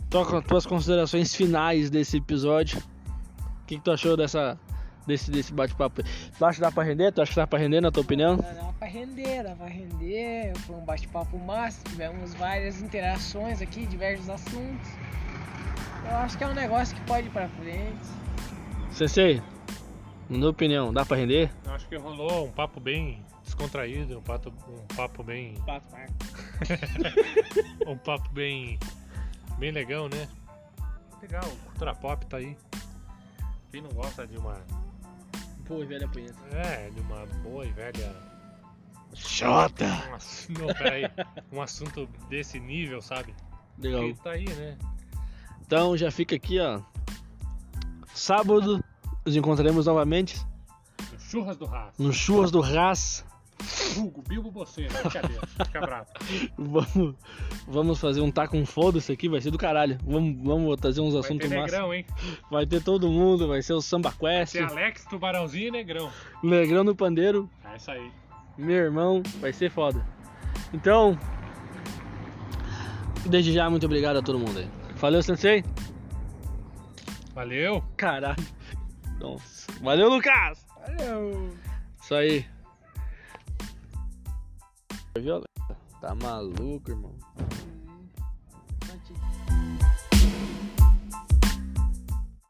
S1: Toca tuas considerações finais desse episódio. O que, que tu achou dessa. Desse, desse bate-papo. aí? Tu acha que dá pra render? Tu acha que dá pra render, na tua opinião?
S2: Dá- Dá pra render, dá pra render. Foi um bate-papo massa. Tivemos várias interações aqui, diversos assuntos. Eu acho que é um negócio que pode ir pra frente.
S1: Sensei, na minha opinião, dá pra render?
S3: Eu Acho que rolou um papo bem descontraído, um papo, um papo bem. um papo bem. bem legal, né? Legal, cultura pop tá aí. Quem não gosta de uma.
S1: Pô, velho, apanheta.
S3: É, de uma boa e velha.
S4: Jota.
S3: um ass- não, peraí. Um assunto desse nível, sabe?
S1: Legal.
S3: Porque tá aí, né?
S1: Então já fica aqui, ó. Sábado nos encontraremos novamente
S3: Churras do Rafa.
S1: no Churras do Ras.
S3: Hugo, Bilbo Bocê, brincadeira. Fica bravo.
S1: Vamos, vamos fazer um tá com foda-se aqui, vai ser do caralho. Vamos, vamos trazer uns
S3: Vai ter
S1: assuntos massa.
S3: negrão, hein?
S1: Vai ter todo mundo, vai ser o Samba Quest,
S3: Tem Alex, Tubarãozinho e Negrão.
S1: Negrão no Pandeiro,
S3: É isso aí.
S1: meu irmão, vai ser foda. Então, desde já, muito obrigado a todo mundo aí. Valeu, Sensei.
S3: Valeu.
S1: Caralho. Nossa. Valeu, Lucas. Isso aí. Violeta. Tá maluco, irmão.